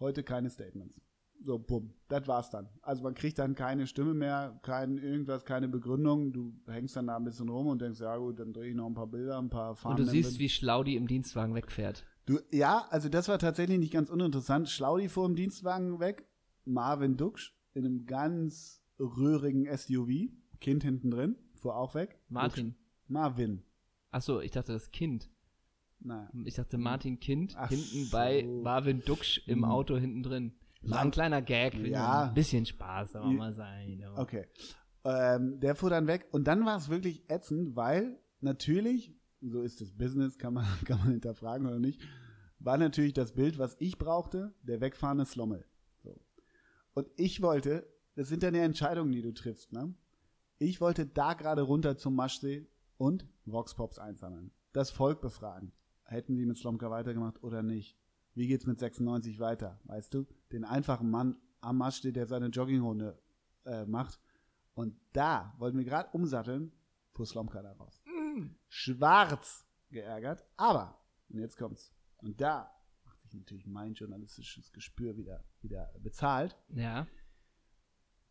S1: heute keine Statements. So, bumm, das war's dann. Also man kriegt dann keine Stimme mehr, kein irgendwas, keine Begründung, du hängst dann da ein bisschen rum und denkst, ja gut, dann drehe ich noch ein paar Bilder, ein paar Fahnen.
S2: Und du siehst, wie schlau die im Dienstwagen wegfährt.
S1: Du, ja, also das war tatsächlich nicht ganz uninteressant. Schlaudi vor dem Dienstwagen weg, Marvin Duksch in einem ganz röhrigen SUV, Kind hinten drin, fuhr auch weg. Duksch,
S2: Martin.
S1: Marvin.
S2: Achso, ich dachte das Kind.
S1: Naja.
S2: Ich dachte Martin Kind
S1: Ach
S2: hinten
S1: so. Hm.
S2: bei Marvin Duksch im Auto hinten drin. War ein kleiner Gag, will
S1: Ja.
S2: ja. ein bisschen Spaß, aber
S1: Ja.
S2: mal sein. ne? aber-
S1: Okay. Ähm, der fuhr dann weg und dann war es wirklich ätzend, weil natürlich, so ist das Business, kann man, kann man hinterfragen oder nicht, war natürlich das Bild, was ich brauchte, der wegfahrende Slommel. So. Und ich wollte, das sind dann ja Entscheidungen, die du triffst, ne? Ich wollte da gerade runter zum Maschsee und Voxpops einsammeln. Das Volk befragen. Hätten sie mit Slomka weitergemacht oder nicht? Wie geht's mit 96 weiter? Weißt du, den einfachen Mann am Maschsee, der seine Joggingrunde äh, macht. Und da wollten wir gerade umsatteln, fuhr Slomka da raus.
S2: Hm.
S1: Schwarz geärgert, aber, und jetzt kommt's. Und da macht sich natürlich mein journalistisches Gespür wieder, wieder bezahlt.
S2: Ja.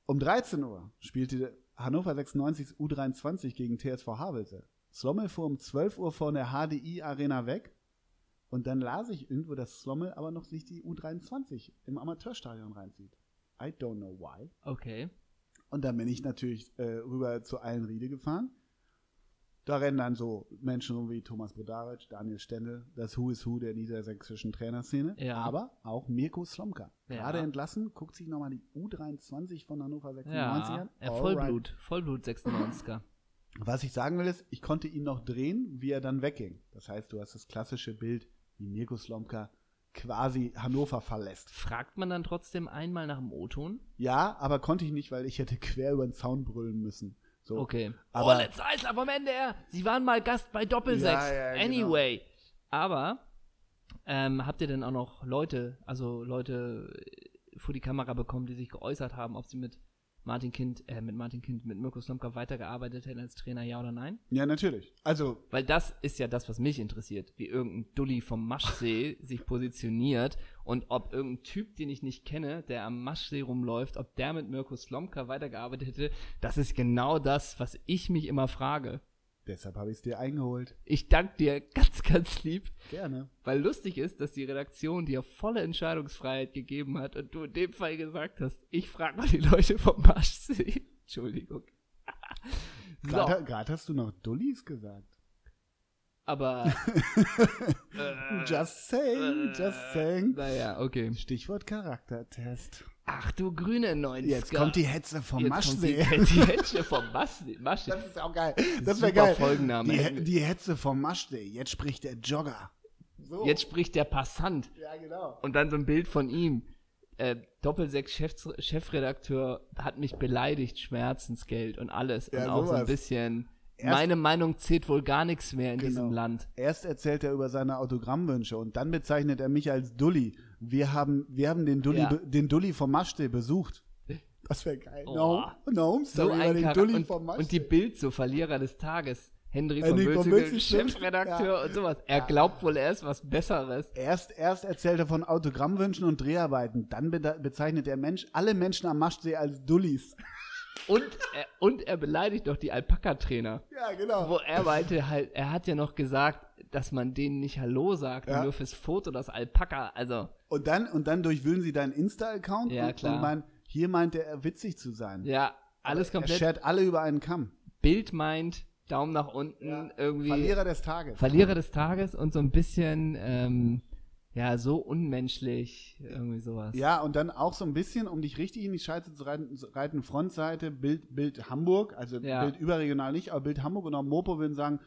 S1: Um 13 Uhr spielte Hannover 96 U23 gegen TSV Havelse. Slommel fuhr um 12 Uhr von der HDI Arena weg. Und dann las ich irgendwo, dass Slommel aber noch sich die U23 im Amateurstadion reinzieht. I don't know why.
S2: Okay.
S1: Und dann bin ich natürlich äh, rüber zu Eilenriede gefahren. Da rennen dann so Menschen rum wie Thomas Bodaric, Daniel Stendel, das Who is Who der niedersächsischen Trainerszene,
S2: Ja.
S1: aber auch Mirko Slomka.
S2: Ja.
S1: Gerade entlassen, guckt sich nochmal die U23 von Hannover 96
S2: Ja.
S1: an.
S2: Er
S1: Alright.
S2: Vollblut. Vollblut 96er.
S1: Was ich sagen will ist, ich konnte ihn noch drehen, wie er dann wegging. Das heißt, du hast das klassische Bild, wie Mirko Slomka quasi Hannover verlässt.
S2: Fragt man dann trotzdem einmal nach dem O-Ton?
S1: Ja, aber konnte ich nicht, weil ich hätte quer über den Zaun brüllen müssen. So.
S2: Okay.
S1: Aber-
S2: Ole Zeisler vom NDR. Sie waren mal Gast bei Doppelsechs.
S1: Ja, ja, genau.
S2: anyway. Aber ähm, habt ihr denn auch noch Leute, also Leute äh, vor die Kamera bekommen, die sich geäußert haben, ob sie mit Martin Kind, äh, mit Martin Kind, mit Mirko Slomka weitergearbeitet hätten als Trainer, ja oder nein?
S1: Ja, natürlich. Also,
S2: Weil das ist ja das, was mich interessiert, wie irgendein Dulli vom Maschsee sich positioniert und ob irgendein Typ, den ich nicht kenne, der am Maschsee rumläuft, ob der mit Mirko Slomka weitergearbeitet hätte, das ist genau das, was ich mich immer frage.
S1: deshalb habe ich es dir eingeholt.
S2: Ich danke dir ganz, ganz lieb,
S1: Gerne.
S2: weil lustig ist, dass die Redaktion dir volle Entscheidungsfreiheit gegeben hat und du in dem Fall gesagt hast, ich frage mal die Leute vom Maschsee. Entschuldigung. So.
S1: Gerade gerade hast du noch Dullis gesagt.
S2: Aber. äh,
S1: Just saying, just saying.
S2: Naja, okay.
S1: Stichwort Charaktertest.
S2: Ach du grüne 90
S1: Jetzt kommt die Hetze vom Maschsee.
S2: Die Hedge vom Maschsee. Maschsee.
S1: Das ist auch geil. Das
S2: Super
S1: wäre geil.
S2: Folgenname.
S1: Die, die Hetze vom Maschsee. Jetzt spricht der Jogger. So.
S2: Jetzt spricht der Passant
S1: ja, genau.
S2: und dann so ein Bild von ihm. Äh, Doppelsechs Chefs Chefredakteur hat mich beleidigt, Schmerzensgeld und alles.
S1: Ja,
S2: und auch so ein
S1: sowas.
S2: bisschen.
S1: Erst-
S2: meine Meinung zählt wohl gar nichts mehr in
S1: Genau.
S2: diesem Land.
S1: Erst erzählt er über seine Autogrammwünsche und dann bezeichnet er mich als Dulli. Wir haben, wir haben den, Dulli,
S2: Ja.
S1: be- den Dulli vom Maschsee besucht. Das wäre geil.
S2: Oh.
S1: No, no Home
S2: So
S1: Story über
S2: ein
S1: den
S2: Charakter.
S1: Dulli
S2: Und,
S1: vom Maschsee.
S2: und die Bild, so Verlierer des Tages. Henry von
S1: Henrik von
S2: Bölzigel,
S1: Bölzigel, stimmt.
S2: Chefredakteur und sowas. Er glaubt wohl, er ist was Besseres.
S1: Erst, erst erzählt er von Autogrammwünschen und Dreharbeiten. Dann be bezeichnet der Mensch alle Menschen am Maschsee als Dullis.
S2: Und er, und er beleidigt noch die Alpaka-Trainer.
S1: Ja, genau.
S2: Wo er meinte halt, er hat ja noch gesagt, dass man denen nicht Hallo sagt,
S1: Ja.
S2: nur fürs Foto das Alpaka. Also,
S1: Und dann, und dann durchwühlen sie deinen Insta-Account
S2: Ja,
S1: und,
S2: klar.
S1: und meinen, hier meint er, witzig zu sein.
S2: ja, alles
S1: Er
S2: komplett.
S1: schert alle über einen Kamm.
S2: Bild meint, Daumen nach unten, irgendwie.
S1: Verlierer des Tages.
S2: Verlierer des Tages und so ein bisschen, ähm, ja, so unmenschlich, irgendwie sowas.
S1: Ja, und dann auch so ein bisschen, um dich richtig in die Scheiße zu reiten, zu reiten Frontseite, Bild, Bild Hamburg, also
S2: Ja.
S1: Bild überregional nicht, aber Bild Hamburg und auch Mopo würden sagen,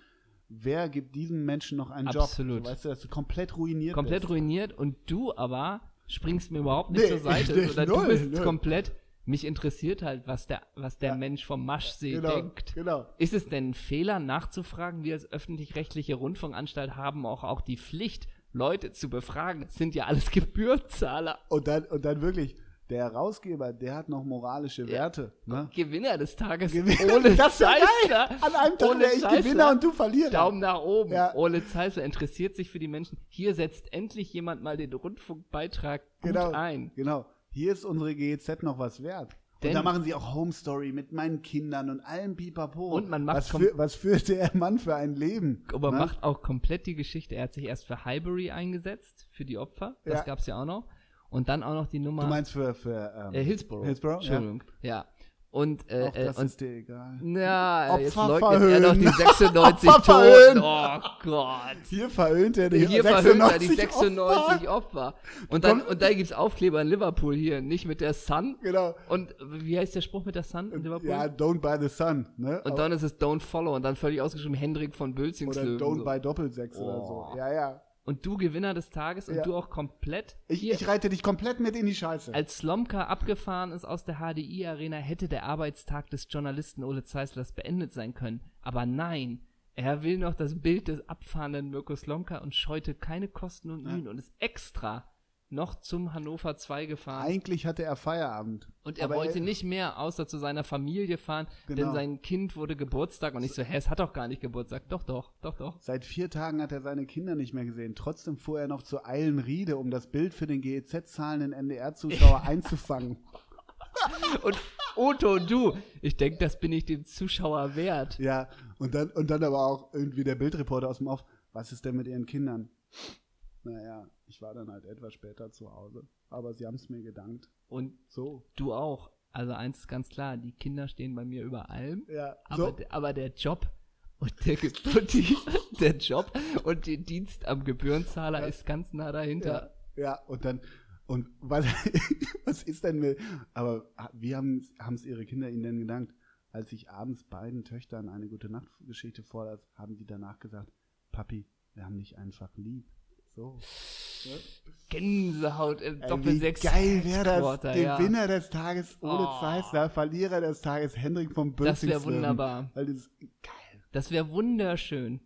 S1: wer gibt diesem Menschen noch einen
S2: Absolut.
S1: Job? So, weißt du, dass du komplett ruiniert
S2: komplett
S1: bist.
S2: ruiniert und du aber springst mir überhaupt nicht
S1: Nee,
S2: zur Seite,
S1: nee,
S2: sondern du
S1: null,
S2: bist
S1: null.
S2: komplett, mich interessiert halt, was der, was der Mensch vom Maschsee
S1: Genau,
S2: denkt.
S1: genau.
S2: Ist es denn ein Fehler, nachzufragen? Wir als öffentlich-rechtliche Rundfunkanstalt haben auch, auch die Pflicht, Leute zu befragen. Das sind ja alles Gebührenzahler.
S1: Und dann, und dann wirklich, der Herausgeber, der hat noch moralische Werte. Ne?
S2: Gewinner des Tages
S1: Gewinner-
S2: ohne
S1: Das wär geil.
S2: Zeissler.
S1: An einem Tag
S2: Ohne
S1: wäre ich
S2: Zeissler.
S1: Gewinner und du Verlierer.
S2: Daumen nach oben.
S1: Ja.
S2: Ole Zeissler interessiert sich für die Menschen. Hier setzt endlich jemand mal den Rundfunkbeitrag gut
S1: genau,
S2: ein.
S1: Genau. Hier ist unsere GEZ noch was wert.
S2: Denn-
S1: und da machen sie auch Home Story mit meinen Kindern und allem Pipapo.
S2: Und man macht
S1: was,
S2: kom-
S1: für, was führt der Mann für ein Leben?
S2: Aber
S1: ne?
S2: macht auch komplett die Geschichte. Er hat sich erst für Highbury eingesetzt, für die Opfer. Das
S1: Ja.
S2: gab's ja auch noch. Und dann auch noch die Nummer
S1: Du meinst für, für
S2: äh,
S1: ähm,
S2: Hillsborough.
S1: Hillsborough, ja.
S2: Entschuldigung. Ja. Und, äh,
S1: auch das
S2: äh, und
S1: ist dir egal.
S2: na, jetzt
S1: Opfer
S2: leugnet er noch die
S1: verhöhnen.
S2: 96
S1: Opfer
S2: Toten.
S1: verhöhnen.
S2: Oh Gott.
S1: Hier verhöhnt er die
S2: Hier
S1: 96
S2: verhöhnt er
S1: Opfer.
S2: die 96 Opfer. Und, dann,
S1: Komm.
S2: und dann gibt's Aufkleber in Liverpool hier. Nicht mit der Sun.
S1: Genau.
S2: Und wie heißt der Spruch mit der Sun in Liverpool?
S1: Ja, don't buy the sun, ne?
S2: und dann ist es Don't Follow. Und dann völlig ausgeschrieben Hendrik von
S1: oder
S2: Bülzingslöwen.
S1: don't
S2: so.
S1: buy Doppelsechs oder
S2: Oh.
S1: so. Ja, ja.
S2: Und du Gewinner des Tages und
S1: Ja.
S2: du auch komplett
S1: Ich,
S2: hier, Also-
S1: ich reite dich komplett mit in die Scheiße.
S2: als Slomka abgefahren ist aus der HDI-Arena, hätte der Arbeitstag des Journalisten Ole Zeislers beendet sein können. Aber nein, er will noch das Bild des abfahrenden Mirko Slomka und scheute keine Kosten und Mühen und ist extra noch zum Hannover 2 gefahren.
S1: Eigentlich hatte er Feierabend.
S2: und er
S1: Aber
S2: wollte nicht mehr, außer zu seiner Familie fahren, denn
S1: Genau.
S2: sein Kind wurde Geburtstag. Und ich so, hä, es hat doch gar nicht Geburtstag. Doch, doch, doch, doch.
S1: Seit vier Tagen hat er seine Kinder nicht mehr gesehen. Trotzdem fuhr er noch zu Eilenriede, um das Bild für den GEZ-zahlenden NDR-Zuschauer einzufangen.
S2: Und Otto, du, ich denke, das bin ich dem Zuschauer wert.
S1: Ja, und dann, und dann aber auch irgendwie der Bildreporter aus dem Off. Was ist denn mit ihren Kindern? Naja, ich war dann halt etwas später zu Hause. Aber sie haben es mir gedankt.
S2: Und
S1: So.
S2: Du auch. Also eins ist ganz klar, die Kinder stehen bei mir über allem.
S1: Ja,
S2: Aber,
S1: so.
S2: d- aber der Job und der, Ge- und die, der Job und der Dienst am Gebührenzahler ist ganz nah dahinter.
S1: Ja, ja, und dann, und was, was ist denn mit, aber wie haben es ihre Kinder ihnen denn gedankt? Als ich abends beiden Töchtern eine gute Nachtgeschichte vorlas, haben die danach gesagt, Papi, wir haben dich einfach lieb. So.
S2: Gänsehaut im
S1: Ey, wie
S2: Doppelsechs.
S1: geil wäre das?
S2: Headquarter, ja.
S1: Gewinner des Tages Ole
S2: Oh.
S1: Zeissler, Verlierer des Tages Hendrik von
S2: Das
S1: Bölzingslöwen.
S2: wäre wunderbar.
S1: Weil das ist geil.
S2: Das wäre wunderschön.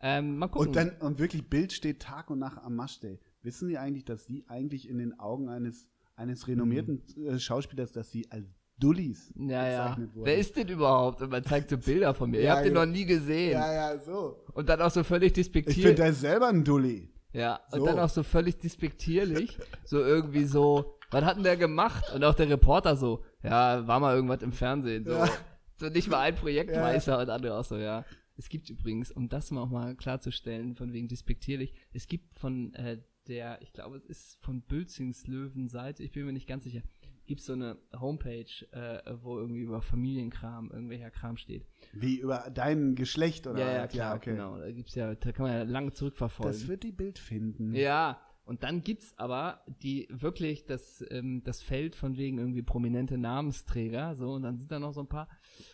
S2: Ähm, mal gucken.
S1: Und dann, und wirklich, Bild steht Tag und Nacht am Maschsee. Wissen
S2: Mhm.
S1: Sie eigentlich, dass Sie eigentlich in den Augen eines, eines renommierten äh, Schauspielers, dass Sie als Dullis
S2: Ja, ja.
S1: bezeichnet wurden.
S2: Wer ist denn überhaupt? Und man zeigt so Bilder von mir. Ihr
S1: Ja,
S2: habt den
S1: ja.
S2: noch nie gesehen.
S1: ja, ja, so.
S2: Und dann auch so völlig
S1: Ich finde,
S2: despektierlich.
S1: der ist selber ein Dulli.
S2: Ja,
S1: so.
S2: und dann auch so völlig despektierlich. so irgendwie so, was hat denn der gemacht? Und auch der Reporter so, ja, war mal irgendwas im Fernsehen. So,
S1: Ja.
S2: so nicht mal ein Projektmeister und andere auch so, ja. Es gibt übrigens, um das mal auch mal klarzustellen, von wegen despektierlich, es gibt von äh, der, ich glaube, es ist von Bülzings Löwenseite, ich bin mir nicht ganz sicher, gibt so eine Homepage, äh, wo irgendwie über Familienkram, irgendwelcher Kram steht.
S1: Wie über dein Geschlecht oder
S2: Ja,
S1: was?
S2: ja, klar, genau. Da gibt's ja, da kann man ja lange zurückverfolgen.
S1: Das wird die Bild finden.
S2: Ja, und dann gibt's aber die wirklich das, ähm, das Feld von wegen irgendwie prominente Namensträger, so, und dann sind da noch so ein paar.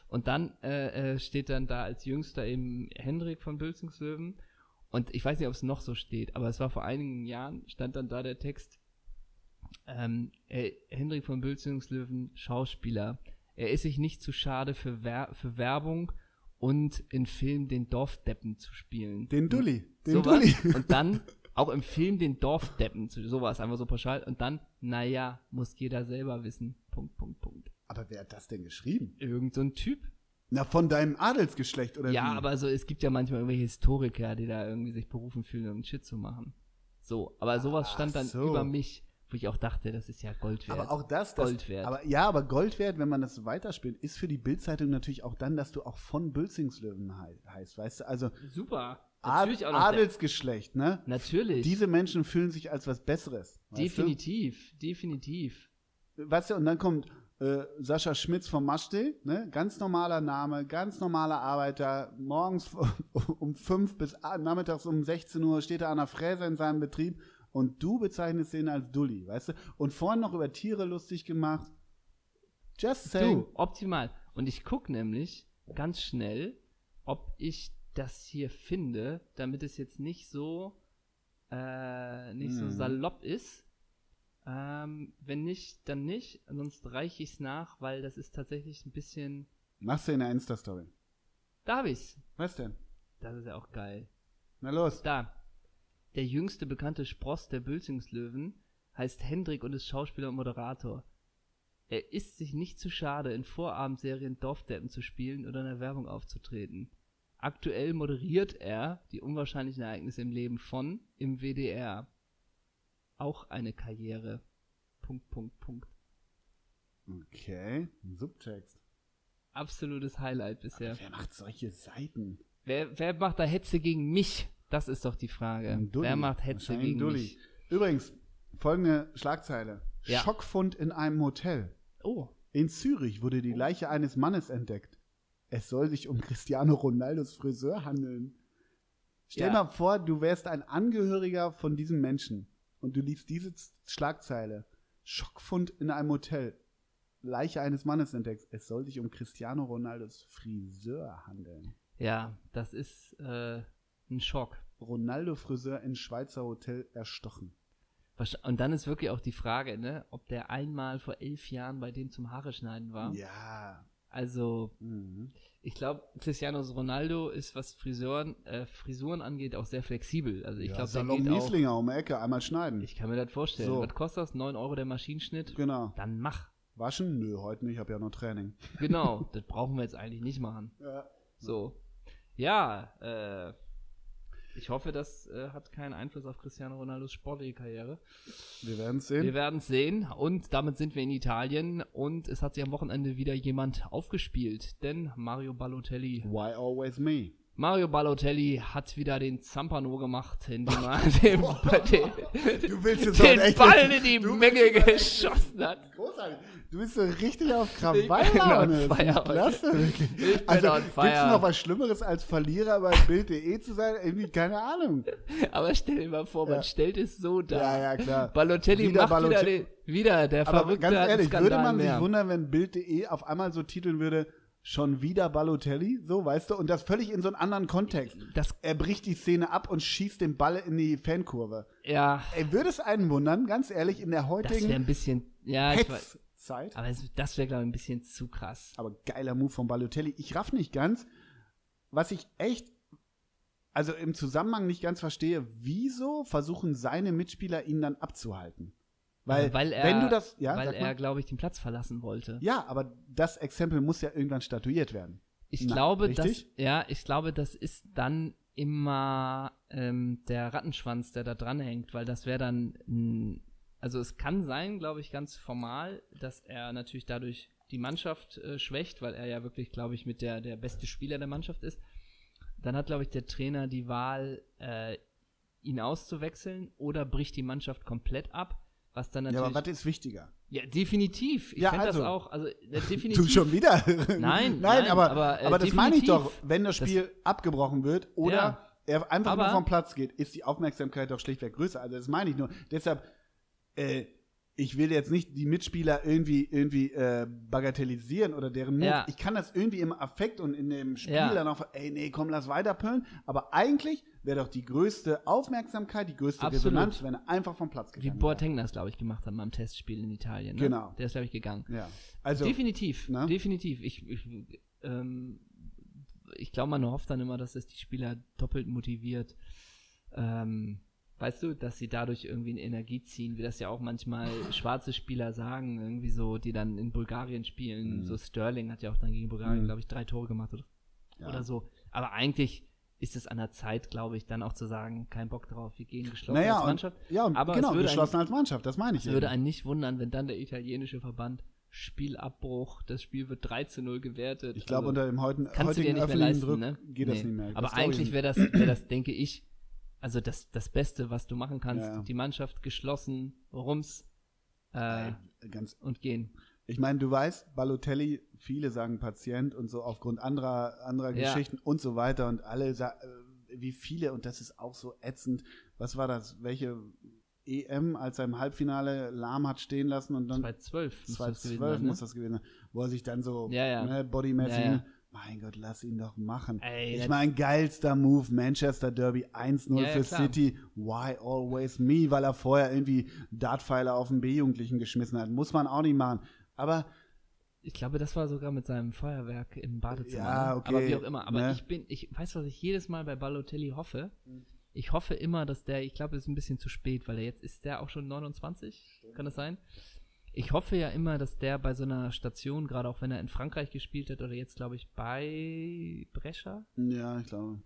S2: Und dann äh, äh, steht dann da als jüngster eben Hendrik von Bülzingslöwen. Und ich weiß nicht, ob es noch so steht, aber es war vor einigen Jahren, stand dann da der Text, ähm, äh, Hendrik von Bülzingslöwen, Schauspieler. Er ist sich nicht zu schade für, Wer für Werbung und in Film den Dorfdeppen zu spielen.
S1: Den Dulli. Den
S2: Sowas.
S1: Dulli.
S2: Und dann auch im Film den Dorfdeppen, zu- sowas, einfach so pauschal. Und dann, naja, muss jeder selber wissen. Punkt, Punkt, Punkt.
S1: Aber wer hat das denn geschrieben?
S2: Irgend so ein Typ.
S1: Na, von deinem Adelsgeschlecht oder
S2: Ja,
S1: wie?
S2: aber so, es gibt ja manchmal irgendwelche Historiker, die da irgendwie sich berufen fühlen, um Shit zu machen. So, aber sowas
S1: Ach
S2: stand dann
S1: so.
S2: über mich, wo ich auch dachte, das ist ja Gold wert.
S1: Aber auch das, das
S2: Gold wert.
S1: Aber, ja, aber Gold wert, wenn man das weiterspielt, ist für die Bildzeitung natürlich auch dann, dass du auch von Bülzingslöwen hei heißt, weißt du? Also
S2: Super.
S1: Ad
S2: Natürlich auch noch der,
S1: Adelsgeschlecht, ne?
S2: Natürlich.
S1: Diese Menschen fühlen sich als was Besseres. weißt
S2: definitiv, definitiv.
S1: Du? Weißt du, und dann kommt äh, Sascha Schmitz vom Maschte, ne? Ganz normaler Name, ganz normaler Arbeiter. Morgens um 5 bis a- nachmittags um 16 Uhr steht er an der Fräse in seinem Betrieb und du bezeichnest ihn als Dulli, weißt du? Und vorhin noch über Tiere lustig gemacht. Just saying.
S2: Du, optimal. Und ich gucke nämlich ganz schnell, ob ich das hier finde, damit es jetzt nicht so äh, nicht so
S1: Mhm.
S2: salopp ist. Ähm, wenn nicht, dann nicht. Sonst reiche ich es nach, weil das ist tatsächlich ein bisschen.
S1: Machst du in der Insta-Story.
S2: Da hab ich's.
S1: Was denn?
S2: Das ist ja auch geil.
S1: Na los.
S2: Da. Der jüngste bekannte Spross der Bülzingslöwen heißt Hendrik und ist Schauspieler und Moderator. Er ist sich nicht zu schade, in Vorabendserien Dorfdeppen zu spielen oder in der Werbung aufzutreten. Aktuell moderiert er die unwahrscheinlichen Ereignisse im Leben von im WDR. Auch eine Karriere. Punkt, Punkt, Punkt.
S1: Okay, Subtext.
S2: Absolutes Highlight bisher.
S1: Wer macht solche Seiten?
S2: Wer, wer macht da Hetze gegen mich? Das ist doch die Frage.
S1: Ein Dulli.
S2: Äh, Wer macht Hetze
S1: Wahrscheinlich ein
S2: gegen
S1: Dulli.
S2: mich?
S1: Übrigens, folgende Schlagzeile.
S2: Ja.
S1: Schockfund in einem Hotel.
S2: Oh,
S1: In Zürich wurde die Leiche eines Mannes entdeckt. Es soll sich um Cristiano Ronaldos Friseur handeln. Stell
S2: Ja.
S1: mal vor, du wärst ein Angehöriger von diesem Menschen und du liest diese Z- Schlagzeile. Schockfund in einem Hotel. Leiche eines Mannes entdeckt. Es soll sich um Cristiano Ronaldos Friseur handeln.
S2: Ja, das ist äh, ein Schock.
S1: Ronaldo Friseur in Schweizer Hotel erstochen.
S2: Wahrsch- Und dann ist wirklich auch die Frage, ne, ob der einmal vor elf Jahren bei dem zum Haare schneiden war.
S1: Ja.
S2: Also,
S1: Mhm.
S2: ich glaube, Cristiano Ronaldo ist, was Frisuren, äh, Frisuren angeht, auch sehr flexibel. Also ich
S1: ja,
S2: glaube, der
S1: Salon
S2: geht auch,
S1: Mieslinger um die Ecke, einmal schneiden.
S2: ich kann mir das vorstellen.
S1: So.
S2: Was kostet das? 9 Euro der Maschinenschnitt?
S1: genau.
S2: Dann mach.
S1: Waschen? Nö, heute nicht, ich habe ja noch Training.
S2: Genau, das brauchen wir jetzt eigentlich nicht machen.
S1: Ja.
S2: So. Ja, äh, ich hoffe, das äh, hat keinen Einfluss auf Cristiano Ronaldos sportliche Karriere.
S1: Wir werden es
S2: Wir
S1: sehen.
S2: werden es sehen und damit sind wir in Italien und es hat sich am Wochenende wieder jemand aufgespielt, denn Mario Balotelli.
S1: Why always me?
S2: Mario Balotelli hat wieder den Zampano gemacht, indem er den, den,
S1: Du willst jetzt
S2: den
S1: echt-
S2: Ball in die
S1: du
S2: Menge geschossen hat.
S1: Großartig. Du bist so richtig auf
S2: Ich bin
S1: Krawall,
S2: on
S1: Arne. Das
S2: fire
S1: ist
S2: heute.
S1: Klasse, wirklich.
S2: Ich bin
S1: also,
S2: on
S1: gibt's
S2: fire.
S1: noch was Schlimmeres als Verlierer bei Bild.de zu sein? Irgendwie, keine Ahnung.
S2: Aber stell dir mal vor, man
S1: Ja.
S2: stellt es so dar.
S1: Ja, ja, klar.
S2: Balotelli
S1: Wieder
S2: macht wieder,
S1: Balotelli-
S2: den, wieder der
S1: Aber
S2: verrückte
S1: ganz
S2: hat einen
S1: ehrlich, würde
S2: Skandal
S1: man sich
S2: mehr.
S1: wundern, wenn Bild.de auf einmal so titeln würde, schon wieder Balotelli, so, weißt du, und das völlig in so einem anderen Kontext.
S2: Das,
S1: Er bricht die Szene ab und schießt den Ball in die Fankurve.
S2: ja,
S1: Ey, würde es einen wundern, ganz ehrlich, in der
S2: das wäre
S1: heutigen
S2: ein bisschen, ja, ich weiß,
S1: Hetzzeit.
S2: aber es- das wäre, glaube ich, ein bisschen zu krass.
S1: Aber geiler Move von Balotelli. Ich raff nicht ganz, was ich echt, also im Zusammenhang nicht ganz verstehe, wieso versuchen seine Mitspieler ihn dann abzuhalten? Weil,
S2: weil er,
S1: wenn du das, ja,
S2: weil
S1: sag
S2: er
S1: mal,
S2: glaube ich, den Platz verlassen wollte.
S1: ja, aber das Exempel muss ja irgendwann statuiert werden.
S2: Ich
S1: Na,
S2: glaube, das,
S1: richtig?
S2: ja, ich glaube, das ist dann immer ähm, der Rattenschwanz, der da dranhängt, weil das wäre dann, ein- also es kann sein, glaube ich, ganz formal, dass er natürlich dadurch die Mannschaft äh, schwächt, weil er ja wirklich, glaube ich, mit der der beste Spieler der Mannschaft ist. Dann hat, glaube ich, der Trainer die Wahl, äh, ihn auszuwechseln oder bricht die Mannschaft komplett ab, was dann
S1: Ja,
S2: natürlich
S1: aber was ist wichtiger?
S2: ja, definitiv. Ich
S1: Ja,
S2: fänd
S1: also.
S2: das auch, also äh, definitiv.
S1: Du schon wieder?
S2: Nein,
S1: nein,
S2: nein,
S1: aber,
S2: aber,
S1: aber,
S2: äh,
S1: das meine ich doch,
S2: definitiv.
S1: wenn das
S2: Das-
S1: Spiel abgebrochen wird oder
S2: Ja.
S1: er einfach nur
S2: Aber-
S1: vom Platz geht, ist die Aufmerksamkeit doch schlichtweg größer. Also das meine ich nur. Deshalb, äh, ich will jetzt nicht die Mitspieler irgendwie, irgendwie äh, bagatellisieren oder deren Move.
S2: Ja.
S1: Ich kann das irgendwie im Affekt und in dem Spiel
S2: Ja.
S1: dann auch, ey, nee, komm, lass weiterpöllen. Aber eigentlich wäre doch die größte Aufmerksamkeit, die größte
S2: Absolut.
S1: Resonanz, wenn er einfach vom Platz
S2: Wie
S1: gegangen wäre.
S2: Boateng das, glaube ich, gemacht hat beim Testspiel in Italien. Ne?
S1: Genau.
S2: Der ist, glaube ich, gegangen.
S1: Ja. Also,
S2: definitiv,
S1: ne?
S2: definitiv. Ich, ich, ähm, ich glaube, man hofft dann immer, dass es die Spieler doppelt motiviert. Ähm, weißt du, dass sie dadurch irgendwie eine Energie ziehen, wie das ja auch manchmal schwarze Spieler sagen, irgendwie so, die dann in Bulgarien spielen.
S1: Mhm.
S2: So Sterling hat ja auch dann gegen Bulgarien,
S1: Mhm.
S2: glaube ich, drei Tore gemacht oder
S1: ja.
S2: oder so. Aber eigentlich ist es an der Zeit, glaube ich, dann auch zu sagen, kein Bock drauf, wir gehen geschlossen
S1: Naja,
S2: als
S1: und-
S2: Mannschaft.
S1: ja, und
S2: aber es
S1: genau,
S2: würde
S1: geschlossen als Mannschaft, das meine ich
S2: Es würde einen nicht wundern, wenn dann der italienische Verband Spielabbruch, das Spiel wird 3 zu 0 gewertet.
S1: Ich glaube,
S2: also,
S1: unter dem heutigen,
S2: kannst du dir
S1: heutigen
S2: nicht mehr
S1: öffentlichen
S2: leisten,
S1: Druck
S2: ne?
S1: geht das
S2: Nee.
S1: nicht mehr. Das
S2: Aber
S1: glaub ich
S2: eigentlich
S1: nicht.
S2: wäre das, wär das, denke ich, also das, das Beste, was du machen kannst.
S1: Ja, ja.
S2: Die Mannschaft geschlossen, rums äh,
S1: Ey, Ganz,
S2: und gehen.
S1: ich meine, du weißt, Balotelli, viele sagen Patient und so aufgrund anderer, anderer
S2: Ja.
S1: Geschichten und so weiter und alle, sa- äh, wie viele, und das ist auch so ätzend. Was war das? Welche EM, als er im Halbfinale lahm hat stehen lassen und dann
S2: 2-12 muss das
S1: 2012
S2: gewesen sein, ne?
S1: muss das gewesen sein, wo er sich dann so
S2: Ja, ja.
S1: Ne, bodymäßig.
S2: Ja, ja.
S1: Mein Gott, lass ihn doch machen.
S2: Ey,
S1: ich
S2: das-
S1: mein, geilster Move, Manchester Derby 1-0
S2: Ja, ja,
S1: für
S2: klar.
S1: City. Why always me? Weil er vorher irgendwie Dartpfeile auf den B-Jugendlichen geschmissen hat. Muss man auch nicht machen. Aber
S2: Ich glaube, das war sogar mit seinem Feuerwerk im Badezimmer.
S1: Ja,
S2: ne?
S1: okay,
S2: Aber wie auch immer. Aber
S1: ne?
S2: ich bin, ich weiß, was ich jedes Mal bei Balotelli hoffe. Ich hoffe immer, dass der, ich glaube, es ist ein bisschen zu spät, weil er jetzt ist der auch schon 29. Kann das sein? Ich hoffe ja immer, dass der bei so einer Station, gerade auch wenn er in Frankreich gespielt hat oder jetzt, glaube ich, bei Brescia,
S1: ja, ich glaube.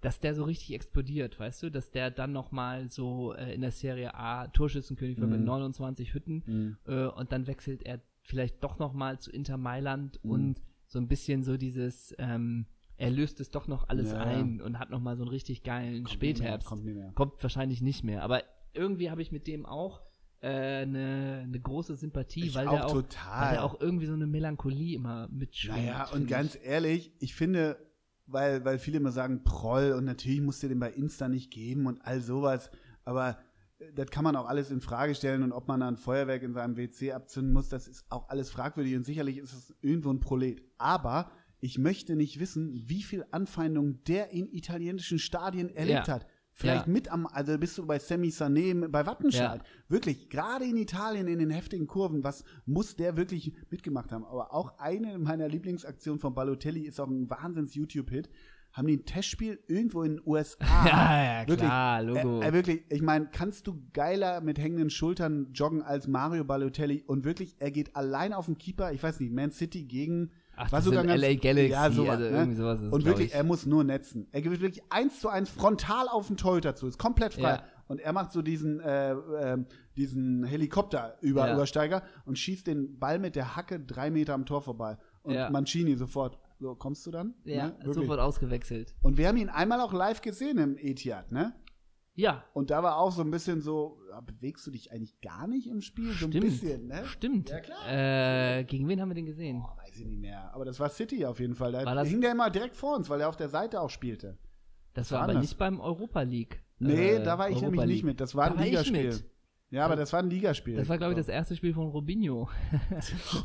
S2: dass der so richtig explodiert, weißt du? Dass der dann nochmal so äh, in der Serie A Torschützenkönig wird mit
S1: Mhm.
S2: 29 Hütten
S1: Mhm.
S2: äh, und dann wechselt er vielleicht doch nochmal zu Inter Mailand
S1: Mhm.
S2: und so ein bisschen so dieses, ähm, er löst es doch noch alles
S1: Ja, ja.
S2: ein und hat nochmal so einen richtig geilen
S1: Kommt nicht mehr,
S2: Spätherbst.
S1: Kommt
S2: Kommt,
S1: nicht mehr.
S2: wahrscheinlich nicht mehr, aber irgendwie habe ich mit dem auch äh, eine eine große Sympathie,
S1: Ich
S2: weil,
S1: auch
S2: der auch,
S1: total.
S2: weil der auch irgendwie so eine Melancholie immer mitschwingt.
S1: Naja,
S2: finde
S1: und
S2: ich.
S1: ganz ehrlich, ich finde, weil, weil viele immer sagen, Proll und natürlich musst du den bei Insta nicht geben und all sowas, aber äh, das kann man auch alles in Frage stellen und ob man da ein Feuerwerk in seinem WC abzünden muss, das ist auch alles fragwürdig und sicherlich ist es irgendwo ein Prolet. Aber ich möchte nicht wissen, wie viel Anfeindung der in italienischen Stadien erlebt
S2: Ja.
S1: hat. Vielleicht
S2: Ja.
S1: mit am, also bist du bei Sammy Sané, bei Wattenscheid.
S2: Ja.
S1: Wirklich, gerade in Italien in den heftigen Kurven, was muss der wirklich mitgemacht haben? Aber auch eine meiner Lieblingsaktionen von Balotelli ist auch ein Wahnsinns-YouTube-Hit. Haben die ein Testspiel irgendwo in den USA?
S2: ja, ja,
S1: wirklich,
S2: klar, Logo.
S1: Äh, äh, wirklich, ich meine, kannst du geiler mit hängenden Schultern joggen als Mario Balotelli? Und wirklich, er geht allein auf den Keeper, ich weiß nicht, Man City gegen
S2: Ach,
S1: war
S2: das
S1: sogar
S2: sind
S1: ganz-
S2: LA Galaxy,
S1: Ja, sowas,
S2: also
S1: ne?
S2: irgendwie sowas ist es,
S1: und
S2: glaub
S1: wirklich,
S2: ich.
S1: er muss nur netzen. Er gibt wirklich eins zu eins frontal auf den Torhüter zu. Ist komplett frei.
S2: Ja.
S1: Und er macht so diesen, äh, ähm, diesen Helikopter-Über
S2: Ja.
S1: Übersteiger und schießt den Ball mit der Hacke drei Meter am Tor vorbei. Und
S2: Ja.
S1: Mancini sofort. So, kommst du dann?
S2: ja,
S1: Ne? Wirklich.
S2: sofort ausgewechselt.
S1: Und wir haben ihn einmal auch live gesehen im Etihad, ne?
S2: Ja,
S1: Und da war auch so ein bisschen so, ja, bewegst du dich eigentlich gar nicht im Spiel? So ein
S2: Stimmt.
S1: bisschen, ne?
S2: stimmt.
S1: Ja, klar.
S2: Äh, gegen wen haben wir den gesehen?
S1: Oh, weiß ich nicht mehr. Aber das war City auf jeden Fall. Da
S2: War das-
S1: hing der immer direkt vor uns, weil er auf der Seite auch spielte.
S2: Das war
S1: war
S2: aber
S1: das?
S2: nicht beim Europa League.
S1: Nee,
S2: äh,
S1: da war ich
S2: Europa
S1: nämlich nicht
S2: League.
S1: mit. Das war
S2: Da
S1: ein
S2: war ich
S1: Ligaspiel.
S2: mit.
S1: Ja, aber das war ein Ligaspiel.
S2: Das war, glaube ich, das
S1: So.
S2: erste Spiel von Robinho.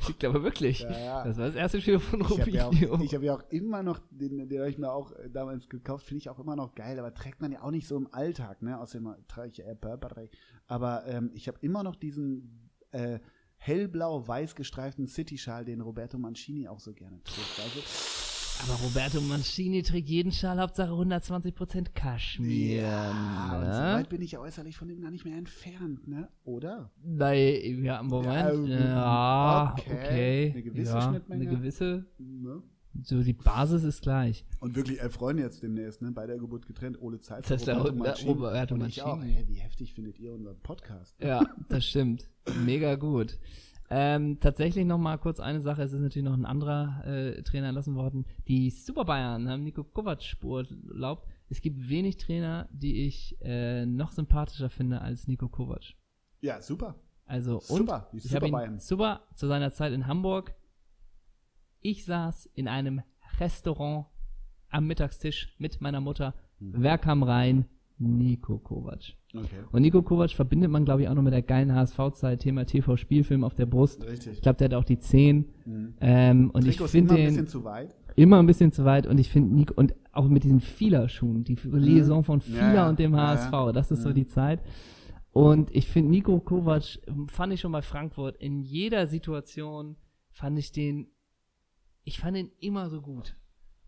S2: ich glaube wirklich.
S1: Ja, ja.
S2: Das war das erste Spiel von
S1: Ich habe ja,
S2: Robinho.
S1: auch- ich hab ja auch immer noch, den, den habe ich mir auch äh, damals gekauft, finde ich auch immer noch geil, aber trägt man ja auch nicht so im Alltag, ne? Außerdem trage ich ja eher Burberry. Aber ähm, ich habe immer noch diesen äh, hellblau-weiß gestreiften City-Schal, den Roberto Mancini auch so gerne trägt. Also,
S2: Aber Roberto Mancini trägt jeden Schal, Hauptsache 120% Kaschmir.
S1: Ja, und so
S2: ne?
S1: weit bin ich ja äußerlich von dem gar nicht mehr entfernt, ne? Oder?
S2: Nein, ja, Moment.
S1: Ja,
S2: Ja,
S1: okay.
S2: okay.
S1: Eine gewisse
S2: ja,
S1: Schnittmenge.
S2: Eine gewisse.
S1: Ne?
S2: So, die Basis ist gleich.
S1: Und wirklich, äh, Freunde jetzt demnächst, ne? Bei der Geburt getrennt, Ole Zeit.
S2: Das ist der Ro- Roberto
S1: und ich auch.
S2: Mancini.
S1: Hey, wie heftig findet ihr unseren Podcast?
S2: Ja, das stimmt. Mega gut. Ähm, tatsächlich noch mal kurz eine Sache. Es ist natürlich noch ein anderer äh, Trainer entlassen worden. Die Super Bayern haben Nico Kovac Spur erlaubt. Es gibt wenig Trainer, die ich äh, noch sympathischer finde als Nico Kovac.
S1: Ja, super.
S2: Also und
S1: Super, die
S2: ich habe
S1: Superbayern.
S2: ihn super zu seiner Zeit in Hamburg. Ich saß in einem Restaurant am Mittagstisch mit meiner Mutter.
S1: Mhm.
S2: Wer kam rein? Nico Kovac.
S1: Okay.
S2: Und Nico Kovac verbindet man, glaube ich, auch noch mit der geilen HSV-Zeit, Thema TV-Spielfilm auf der Brust.
S1: Richtig.
S2: Ich glaube, der hat auch die 10.
S1: Mhm.
S2: Ähm, und
S1: Trikot
S2: ich
S1: ist
S2: finde
S1: immer ein
S2: den
S1: bisschen zu weit.
S2: immer ein bisschen zu weit und ich finde Nico und auch mit diesen Fieler-Schuhen, die Liaison von
S1: Mhm. Ja,
S2: Fieler
S1: ja.
S2: und dem
S1: Ja,
S2: HSV,
S1: ja.
S2: das ist so
S1: Mhm.
S2: die Zeit. Und ich finde Nico Kovac ähm, fand ich schon bei Frankfurt in jeder Situation fand ich den, ich fand ihn immer so gut.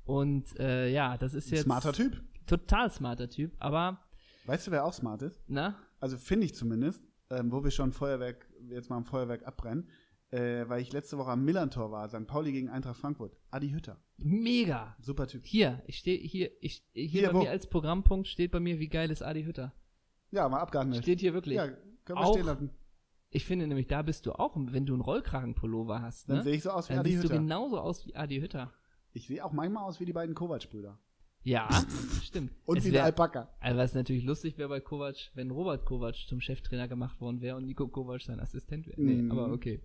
S2: Und äh, ja, das ist jetzt
S1: Smarter Typ.
S2: total smarter Typ, aber ne,
S1: Weißt du, wer auch smart ist?
S2: na
S1: also finde ich zumindest, ähm, wo wir schon Feuerwerk, jetzt mal am Feuerwerk abbrennen, äh, weil ich letzte Woche am Millantor war, St. Pauli gegen Eintracht Frankfurt. Adi Hütter,
S2: mega.
S1: super Typ.
S2: Hier, ich stehe hier, ich hier,
S1: Hier,
S2: bei
S1: wo?
S2: mir als Programmpunkt steht bei mir, wie geil ist Adi Hütter.
S1: Ja, mal abgehandelt.
S2: Steht hier wirklich.
S1: ja, können wir
S2: Auch-
S1: stehen lassen.
S2: Ich finde nämlich, da bist du auch, wenn du einen Rollkragenpullover hast,
S1: Dann
S2: ne?
S1: sehe ich so aus wie
S2: Dann
S1: Adi
S2: siehst
S1: Hütter.
S2: du genau- genauso aus wie Adi Hütter.
S1: ich sehe auch manchmal aus wie die beiden Kovac-Brüder.
S2: Ja, stimmt.
S1: Und
S2: es
S1: wie
S2: wär,
S1: der Alpaka.
S2: also was natürlich lustig wäre bei Kovac, wenn Robert Kovac zum Cheftrainer gemacht worden wäre und Nico Kovac sein Assistent wäre. Nee,
S1: Mhm.
S2: aber okay.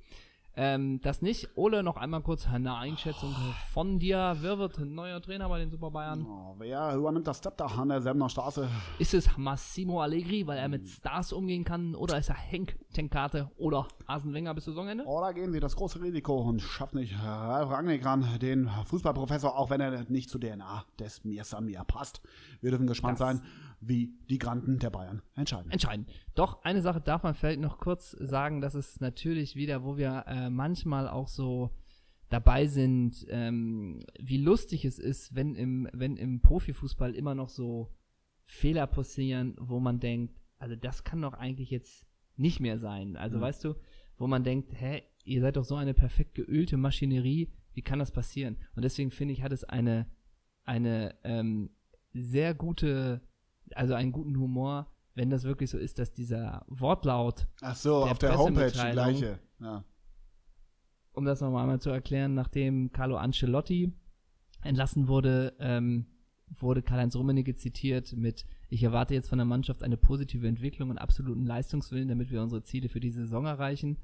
S2: Ähm, das nicht. Ole, noch einmal kurz eine Einschätzung von dir. Wer wird neuer Trainer bei den Super Bayern?
S1: Oh, wer übernimmt das Stepdach an der Semner Straße?
S2: Ist es Massimo Allegri, weil er mit Stars umgehen kann? Oder ist er Henk Tenkate oder Arsene Wenger bis Saisonende?
S1: Oder Oh, gehen Sie das große Risiko und schaffen nicht Ralf Rangnick ran, den Fußballprofessor, auch wenn er nicht zur DNA des Mir Samir passt. Wir dürfen gespannt
S2: Das- Äh,
S1: sein, wie die Granden der Bayern entscheiden.
S2: entscheiden. Doch, eine Sache darf man vielleicht noch kurz sagen, dass es natürlich wieder, wo wir äh, manchmal auch so dabei sind, ähm, wie lustig es ist, wenn im, wenn im Profifußball immer noch so Fehler passieren, wo man denkt, also das kann doch eigentlich jetzt nicht mehr sein. Also
S1: Mhm.
S2: weißt du, wo man denkt, hä, ihr seid doch so eine perfekt geölte Maschinerie, wie kann das passieren? Und deswegen finde ich, hat es eine, eine ähm, sehr gute, also einen guten Humor, wenn das wirklich so ist, dass dieser Wortlaut,
S1: Ach so,
S2: der
S1: auf der Homepage die
S2: Pressemitteilung.
S1: gleiche. Ja.
S2: um das nochmal einmal zu erklären, nachdem Carlo Ancelotti entlassen wurde, ähm, wurde Karl-Heinz Rummenigge zitiert mit Ich erwarte jetzt von der Mannschaft eine positive Entwicklung und absoluten Leistungswillen, damit wir unsere Ziele für die Saison erreichen.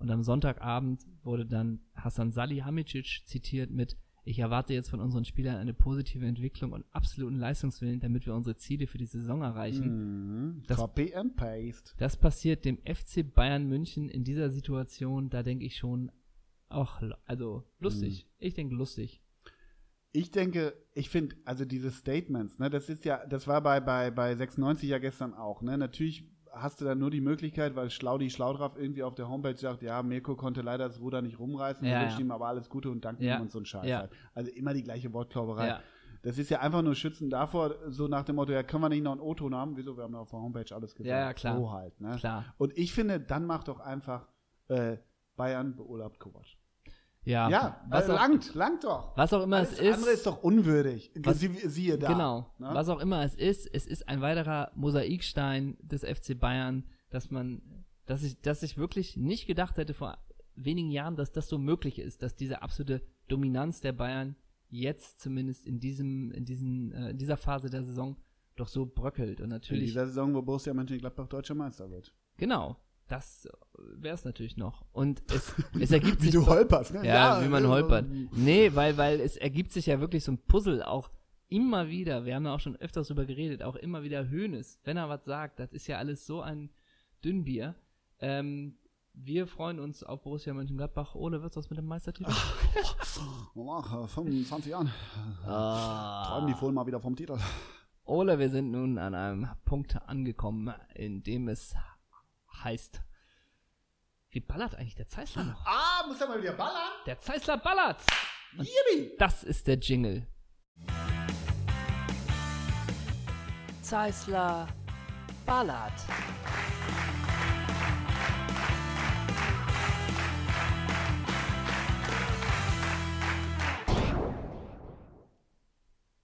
S2: Und am Sonntagabend wurde dann Hassan Salihamidzic zitiert mit Ich erwarte jetzt von unseren Spielern eine positive Entwicklung und absoluten Leistungswillen, damit wir unsere Ziele für die Saison erreichen.
S1: Mhm.
S2: Das-
S1: Copy and paste.
S2: Das passiert dem FC Bayern München in dieser Situation, da denke ich schon, ach, lo- also lustig.
S1: Mhm.
S2: Ich denke lustig.
S1: Ich denke, ich finde, also diese Statements, ne, das ist ja, das war bei, bei, bei 96 ja gestern auch, ne? Natürlich hast du dann nur die Möglichkeit, weil Schlaudi Schlaudraff irgendwie auf der Homepage sagt, ja, Mirko konnte leider das Ruder nicht rumreißen, wir
S2: Ja,
S1: wünschen
S2: ja.
S1: ihm aber alles Gute und danken
S2: Ja,
S1: ihm und so ein Scheiß
S2: ja.
S1: halt. Also immer die gleiche Wortklauberei.
S2: Ja.
S1: Das ist ja einfach nur schützen davor, so nach dem Motto, ja, können wir nicht noch einen O-Ton haben? Wieso, wir haben doch auf der Homepage alles gesagt.
S2: Ja, ja, klar.
S1: So halt, ne?
S2: Klar.
S1: Und ich finde, dann macht doch einfach äh, Bayern beurlaubt Kovac.
S2: Ja.
S1: ja,
S2: was,
S1: äh,
S2: auch,
S1: langt, langt doch.
S2: was auch immer
S1: Alles
S2: es ist.
S1: andere ist doch unwürdig.
S2: Was-
S1: Sie, siehe da.
S2: Genau.
S1: Ne?
S2: Was auch immer es ist, es ist ein weiterer Mosaikstein des FC Bayern, dass man, dass ich, dass ich wirklich nicht gedacht hätte vor wenigen Jahren, dass das so möglich ist, dass diese absolute Dominanz der Bayern jetzt zumindest in diesem, in diesen, äh, in dieser Phase der Saison doch so bröckelt. Und
S1: In
S2: natürlich
S1: dieser Saison, wo Borussia Mönchengladbach deutscher Meister wird.
S2: Genau, das wäre es natürlich noch. Und es, es ergibt
S1: Wie
S2: sich.
S1: du holperst, ne?
S2: ja, also, wie man
S1: äh,
S2: holpert. Nee, weil, weil es ergibt sich ja wirklich so ein Puzzle auch immer wieder. Wir haben ja auch schon öfters drüber geredet, auch immer wieder Höhnes. Wenn er was sagt, das ist ja alles so ein Dünnbier. Ähm, wir freuen uns auf Borussia Mönchengladbach. Ole, wird's was mit dem Meistertitel?
S1: Nach äh, 25 Jahren träumen die
S2: Ah.
S1: Fohlen mal wieder vom Titel.
S2: Ole, wir sind nun an einem Punkt angekommen, in dem es heißt. Wie ballert eigentlich der Zeissler noch?
S1: Ah, muss ja mal wieder ballern.
S2: Der Zeissler ballert!
S1: Yippie!
S2: Das ist der Jingle.
S3: Zeissler Ballert.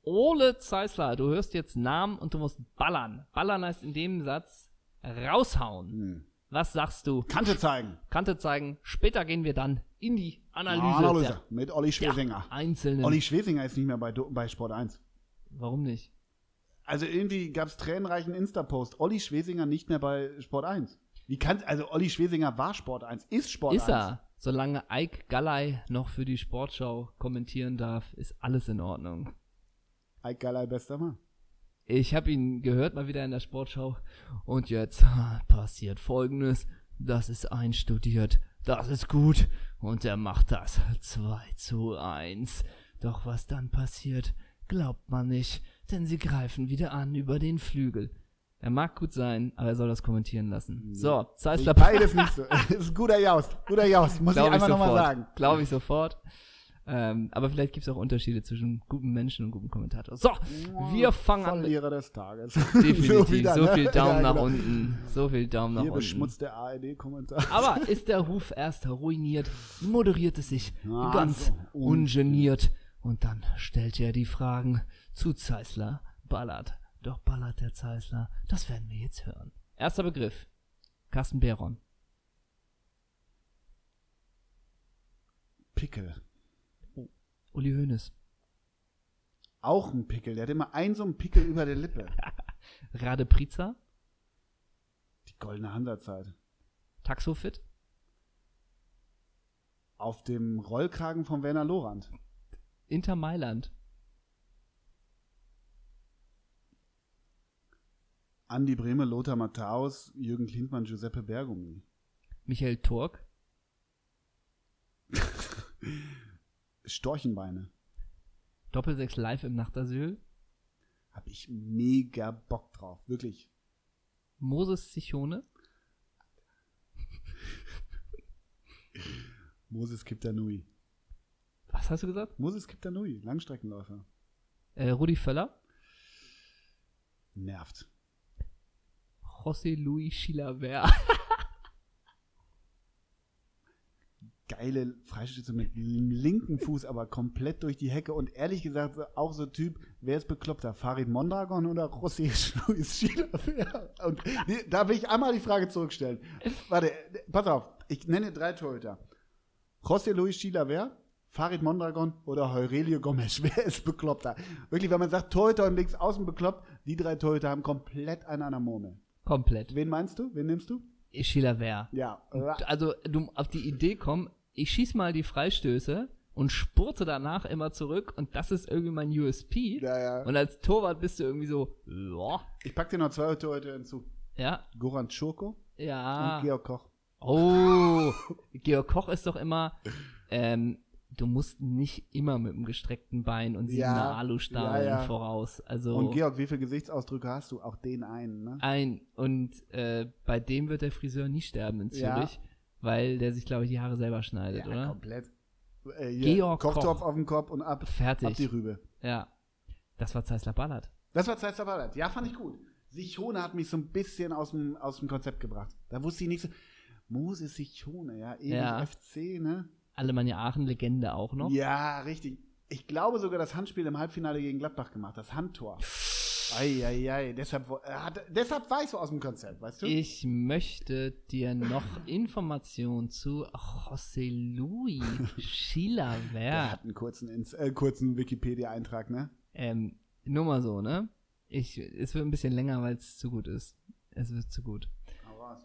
S2: Ole Zeissler, du hörst jetzt Namen und du musst ballern. Ballern heißt in dem Satz raushauen.
S1: Hm.
S2: Was sagst du?
S1: Kante zeigen.
S2: Kante zeigen. Später gehen wir dann in die Analyse,
S1: Ah, Analyse. Mit Olli
S2: der,
S1: Schwesinger.
S2: der einzelnen.
S1: Olli Schwesinger ist nicht mehr bei, Do- bei Sport 1.
S2: Warum nicht?
S1: Also irgendwie gab es tränenreichen Insta-Post. Olli Schwesinger nicht mehr bei Sport 1. Wie kann, also Olli Schwesinger war Sport 1, ist Sport
S2: Ist
S1: 1.
S2: er. Solange Ike Gallei noch für die Sportschau kommentieren darf, ist alles in Ordnung.
S1: Ike Gallei, bester Mann.
S2: Ich habe ihn gehört mal wieder in der Sportschau und jetzt passiert Folgendes. Das ist einstudiert, das ist gut und er macht das 2 zu 1. Doch was dann passiert, glaubt man nicht, denn sie greifen wieder an über den Flügel. Er mag gut sein, aber er soll das kommentieren lassen. So,
S1: Mhm. Ich
S2: Zeissler
S1: beides nicht so. ist ein guter Jaust, guter Jaust, muss ich
S2: Glaube ich
S1: einfach nochmal
S2: sofort.
S1: sagen.
S2: Glaube ich sofort. Ähm, aber vielleicht gibt es auch Unterschiede zwischen guten Menschen und guten Kommentatoren. So, wir fangen an. mit-
S1: Verlierer des Tages.
S2: Definitiv. so,
S1: ne?
S2: viel Daumen
S1: Ja,
S2: nach
S1: genau.
S2: unten. So viel Daumen nach
S1: Hier
S2: unten.
S1: beschmutzt der ARD-Kommentar.
S2: Aber ist der Ruf erst ruiniert, moderiert es sich
S1: Ah,
S2: ganz
S1: so.
S2: ungeniert und dann stellt er die Fragen zu Zeisler. Ballert. Doch ballert der Zeisler. Das werden wir jetzt hören. Erster Begriff. Carsten Behron.
S1: Pickel.
S2: Uli Hoeneß.
S1: Auch ein Pickel. Der hat immer einen so einen Pickel über der Lippe.
S2: Rade Priza.
S1: Die goldene Hansa-Zeit.
S2: Taxofit.
S1: Auf dem Rollkragen von Werner Lorand.
S2: Inter Mailand.
S1: Andi Brehme, Lothar Matthäus, Jürgen Klinsmann, Giuseppe Bergomi.
S2: Michael Tork,
S1: Storchenbeine.
S2: Doppelsechs live im Nachtasyl,
S1: Hab ich mega Bock drauf. Wirklich.
S2: Moses Zichone,
S1: Moses Kiptanui.
S2: was hast du gesagt?
S1: Moses Kiptanui, Langstreckenläufer.
S2: Äh, Rudi Völler,
S1: Nervt.
S2: José Luis Chilavert,
S1: Geile Freistöße mit dem linken Fuß, aber komplett durch die Hecke. Und ehrlich gesagt, so- auch so Typ, wer ist bekloppter? Farid Mondragon oder José Luis Schilafer? Und nee, darf ich einmal die Frage zurückstellen? Warte, pass auf. Ich nenne drei Torhüter. José Luis Schilaver, Farid Mondragon oder Heurelio Gomes. Wer ist bekloppter? Wirklich, wenn man sagt, Torhüter und links außen bekloppt, die drei Torhüter haben komplett einen an der Murmel.
S2: komplett.
S1: Wen meinst du? Wen nimmst du?
S2: Chilavert.
S1: Ja.
S2: Also du auf die Idee kommen, ich schieß mal die Freistöße und spurte danach immer zurück und das ist irgendwie mein USP.
S1: Ja, ja.
S2: Und als Torwart bist du irgendwie so, ja,
S1: Ich pack dir noch zwei Torhüter hinzu.
S2: ja,
S1: Goran Schurko
S2: ja.
S1: und Georg Koch.
S2: Oh, Georg Koch ist doch immer, ähm, du musst nicht immer mit dem gestreckten Bein und siebener
S1: Ja,
S2: Alustahl
S1: ja, ja.
S2: voraus. Also
S1: Und Georg, wie viele Gesichtsausdrücke hast du? Auch den einen, ne?
S2: ein und äh, bei dem wird der Friseur nie sterben in
S1: Ja.
S2: Zürich, weil der sich glaube ich die Haare selber schneidet, oder?
S1: komplett. Äh, hier,
S2: Georg
S1: Kochtopf
S2: Koch.
S1: auf dem Kopf und ab,
S2: Fertig.
S1: ab die Rübe.
S2: Ja, das war Zeissler Ballard.
S1: Das war Zeissler Ballert. Ja, fand ich gut. Sichone hat mich so ein bisschen aus dem, aus dem Konzept gebracht. Da wusste ich nicht so. Moses Sichone, ja, E ewig
S2: Ja.
S1: FC, ne?
S2: Alemannia Aachen Legende auch noch.
S1: Ja, richtig. Ich glaube sogar das Handspiel im Halbfinale gegen Gladbach gemacht, das Handtor. Eieiei, deshalb, wo- er hat, deshalb war ich so aus dem Konzept, weißt du?
S2: Ich möchte dir noch Informationen zu José Luis
S1: Der
S2: Chilavert
S1: hat einen kurzen, Ins- äh, kurzen Wikipedia-Eintrag, ne?
S2: Ähm, nur mal so, ne? Ich, es wird ein bisschen länger, weil es zu gut ist. Es wird zu gut.
S1: Hau raus.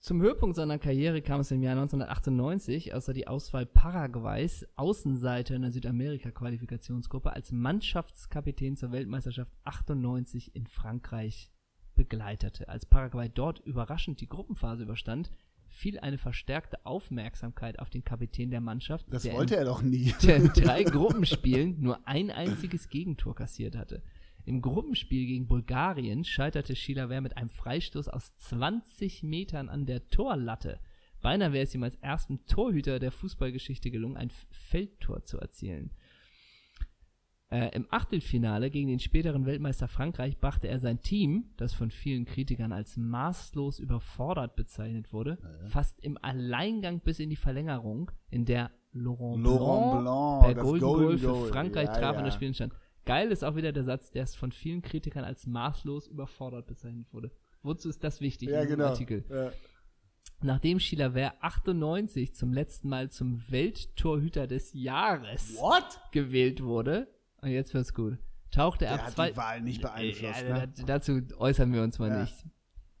S2: Zum Höhepunkt seiner Karriere kam es im Jahr 1998, als er die Auswahl Paraguays Außenseiter in der Südamerika-Qualifikationsgruppe als Mannschaftskapitän zur Weltmeisterschaft 98 in Frankreich begleitete. Als Paraguay dort überraschend die Gruppenphase überstand, fiel eine verstärkte Aufmerksamkeit auf den Kapitän der Mannschaft.
S1: Das
S2: der
S1: wollte
S2: in
S1: er doch nie.
S2: der in drei Gruppenspielen nur ein einziges Gegentor kassiert hatte. Im Gruppenspiel gegen Bulgarien scheiterte Schilaver mit einem Freistoß aus 20 Metern an der Torlatte. Beinahe wäre es ihm als ersten Torhüter der Fußballgeschichte gelungen, ein F- Feldtor zu erzielen. Äh, Im Achtelfinale gegen den späteren Weltmeister Frankreich brachte er sein Team, das von vielen Kritikern als maßlos überfordert bezeichnet wurde, fast im Alleingang bis in die Verlängerung, in der Laurent,
S1: Laurent
S2: Blanc,
S1: Blanc,
S2: per
S1: Oh, das
S2: Golden,
S1: Golden
S2: Goal für
S1: Goal.
S2: Frankreich
S1: Ja,
S2: traf und
S1: ja.
S2: das Spiel entstand. Geil ist auch wieder der Satz, der es von vielen Kritikern als maßlos überfordert bezeichnet wurde. Wozu ist das wichtig
S1: Ja,
S2: in diesem
S1: genau.
S2: Artikel?
S1: Ja.
S2: Nachdem Chilavert 98 zum letzten Mal zum Welttorhüter des Jahres
S1: What?
S2: gewählt wurde, und jetzt wird's gut, tauchte
S1: Der
S2: er ab
S1: hat die
S2: zwei,
S1: Wahl nicht beeinflusst.
S2: ja,
S1: ne?
S2: da- Dazu äußern wir uns mal
S1: Ja.
S2: nicht.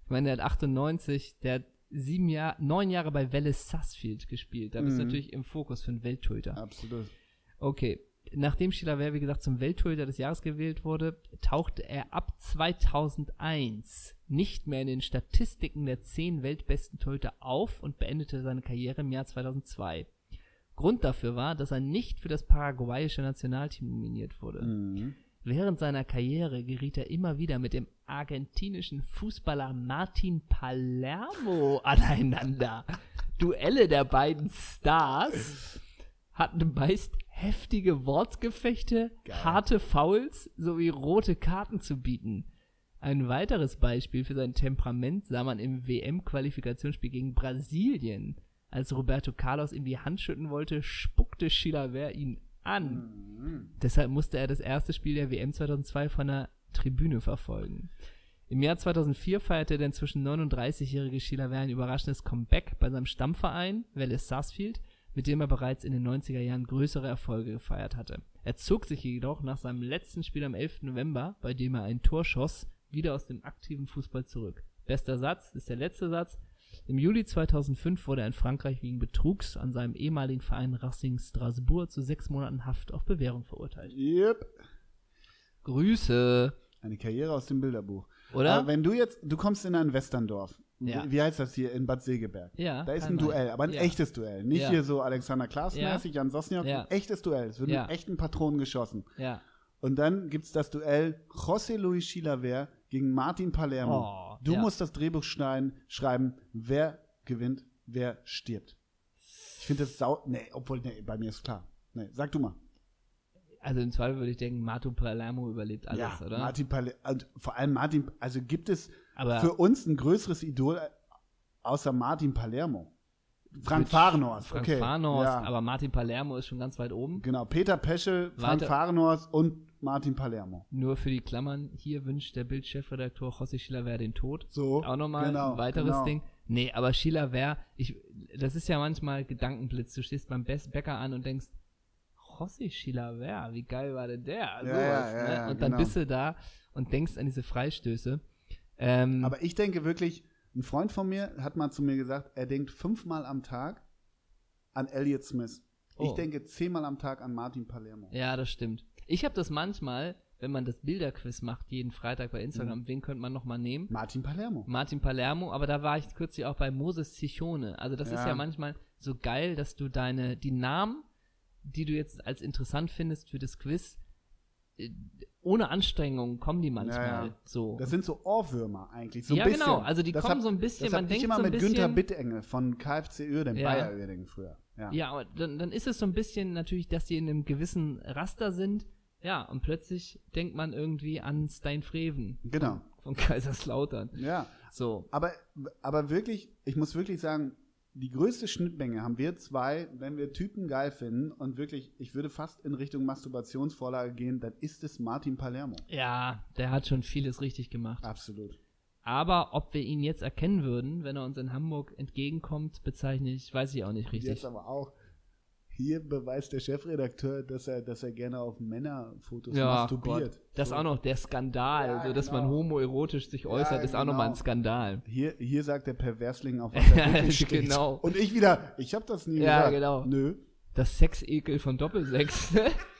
S2: Ich meine, der hat 98, der hat sieben Jahr, neun Jahre bei Welles Sarsfield gespielt. Da bist du
S1: Mhm.
S2: natürlich im Fokus für einen Welttorhüter.
S1: Absolut.
S2: Okay. Nachdem Chilavert, wie gesagt, zum Welttorhüter des Jahres gewählt wurde, tauchte er ab 2001 nicht mehr in den Statistiken der zehn weltbesten Torhüter auf und beendete seine Karriere im Jahr 2002. Grund dafür war, dass er nicht für das paraguayische Nationalteam nominiert wurde.
S1: Mhm.
S2: Während seiner Karriere geriet er immer wieder mit dem argentinischen Fußballer Martin Palermo aneinander. Duelle der beiden Stars hatten meist heftige Wortgefechte,
S1: Geil.
S2: harte Fouls sowie rote Karten zu bieten. Ein weiteres Beispiel für sein Temperament sah man im WM-Qualifikationsspiel gegen Brasilien. Als Roberto Carlos ihm die Hand schütten wollte, spuckte Chilavert ihn an. Deshalb musste er das erste Spiel der WM 2002 von der Tribüne verfolgen. Im Jahr 2004 feierte der inzwischen 39-jährige Chilavert ein überraschendes Comeback bei seinem Stammverein, Welles Sarsfield, mit dem er bereits in den 90er Jahren größere Erfolge gefeiert hatte. Er zog sich jedoch nach seinem letzten Spiel am 11. November, bei dem er ein Tor schoss, wieder aus dem aktiven Fußball zurück. Bester Satz ist der letzte Satz. Im Juli 2005 wurde er in Frankreich wegen Betrugs an seinem ehemaligen Verein Racing Strasbourg zu sechs Monaten Haft auf Bewährung verurteilt.
S1: Yep.
S2: Grüße,
S1: Eine Karriere aus dem Bilderbuch.
S2: oder?
S1: Aber wenn du jetzt, du kommst in ein Westerndorf.
S2: Ja.
S1: Wie, wie heißt das hier? In Bad Segeberg.
S2: Ja,
S1: Da ist
S2: kann
S1: ein
S2: sein.
S1: Duell, aber ein
S2: Ja.
S1: echtes Duell. Nicht
S2: Ja.
S1: hier so Alexander Klaas-mäßig, Jan Sosniak.
S2: Ja.
S1: Ein echtes Duell. Es wird
S2: Ja.
S1: mit echten Patronen geschossen.
S2: ja.
S1: Und dann gibt es das Duell José Luis Chilavert gegen Martin Palermo.
S2: Oh,
S1: du
S2: ja.
S1: musst das Drehbuch schneiden, schreiben, wer gewinnt, wer stirbt. Ich finde das sau. Nee, obwohl, nee, bei mir ist klar. Nee, sag du mal.
S2: Also im Zweifel würde ich denken, Marto Palermo überlebt alles,
S1: ja,
S2: oder?
S1: Martin Palermo. Und vor allem Martin, also gibt es
S2: Aber
S1: für uns ein größeres Idol äh, außer Martin Palermo? Frank
S2: Gut,
S1: Fahrenhorst.
S2: Frank
S1: okay.
S2: Farnhorst,
S1: ja.
S2: aber Martin Palermo ist schon ganz weit oben.
S1: Genau, Peter Peschel, Frank
S2: Weiter-
S1: Fahrenhorst und Martin Palermo.
S2: Nur für die Klammern, hier wünscht der Bildchefredakteur José Chilavert den Tod.
S1: So,
S2: Auch nochmal
S1: genau,
S2: ein weiteres
S1: genau.
S2: Ding. Nee, aber Chilavert, ich, das ist ja manchmal Gedankenblitz. Du stehst beim Best Bäcker an und denkst, José Chilavert, wie geil war denn der?
S1: Ja, ja, ja,
S2: ne?
S1: ja,
S2: und dann
S1: genau.
S2: bist du da und denkst an diese Freistöße. Ähm,
S1: Aber ich denke wirklich, ein Freund von mir hat mal zu mir gesagt, er denkt fünfmal am Tag an Elliot Smith. Ich
S2: Oh.
S1: denke zehnmal am Tag an Martin Palermo.
S2: Ja, das stimmt. Ich habe das manchmal, wenn man das Bilderquiz macht, jeden Freitag bei
S1: Mhm.
S2: Instagram, wen könnte man nochmal nehmen?
S1: Martin Palermo.
S2: Martin Palermo, aber da war ich kürzlich auch bei Moses Cichone. Also das ist
S1: Ja.
S2: ja manchmal so geil, dass du deine, die Namen, die du jetzt als interessant findest für das Quiz, äh, ohne Anstrengung kommen die manchmal
S1: Ja, ja.
S2: so.
S1: Das sind so Ohrwürmer eigentlich. So ein
S2: Ja,
S1: bisschen.
S2: genau. Also die
S1: das
S2: kommen
S1: hab,
S2: so ein bisschen,
S1: Das
S2: man
S1: hab ich
S2: denkt
S1: immer
S2: so ein
S1: mit Günther
S2: bisschen-
S1: Bittenge von KFC Uerdingen,
S2: Ja.
S1: Bayer Uerdingen früher. Ja.
S2: Ja, aber dann, dann ist es so ein bisschen natürlich, dass die in einem gewissen Raster sind. Ja, und plötzlich denkt man irgendwie an Stein Freven
S1: Genau.
S2: von Kaiserslautern.
S1: Ja.
S2: So.
S1: Aber, aber wirklich, ich muss wirklich sagen, die größte Schnittmenge haben wir zwei, wenn wir Typen geil finden und wirklich, ich würde fast in Richtung Masturbationsvorlage gehen, dann ist es Martin Palermo.
S2: Ja, der hat schon vieles richtig gemacht.
S1: Absolut.
S2: Aber ob wir ihn jetzt erkennen würden, wenn er uns in Hamburg entgegenkommt, bezeichne ich, weiß ich auch nicht richtig.
S1: Jetzt aber auch, hier beweist der Chefredakteur, dass er, dass er gerne auf Männerfotos
S2: Ja,
S1: masturbiert.
S2: Gott. Das ist auch noch der Skandal,
S1: Ja,
S2: so dass man
S1: genau.
S2: homoerotisch sich äußert, ist auch nochmal
S1: genau.
S2: ein Skandal.
S1: Hier, hier sagt der Perversling auf was er wirklich steht.
S2: Genau.
S1: Und ich wieder, ich habe das nie
S2: Ja,
S1: gesagt.
S2: genau.
S1: Nö.
S2: Das Sexekel von Doppelsechs.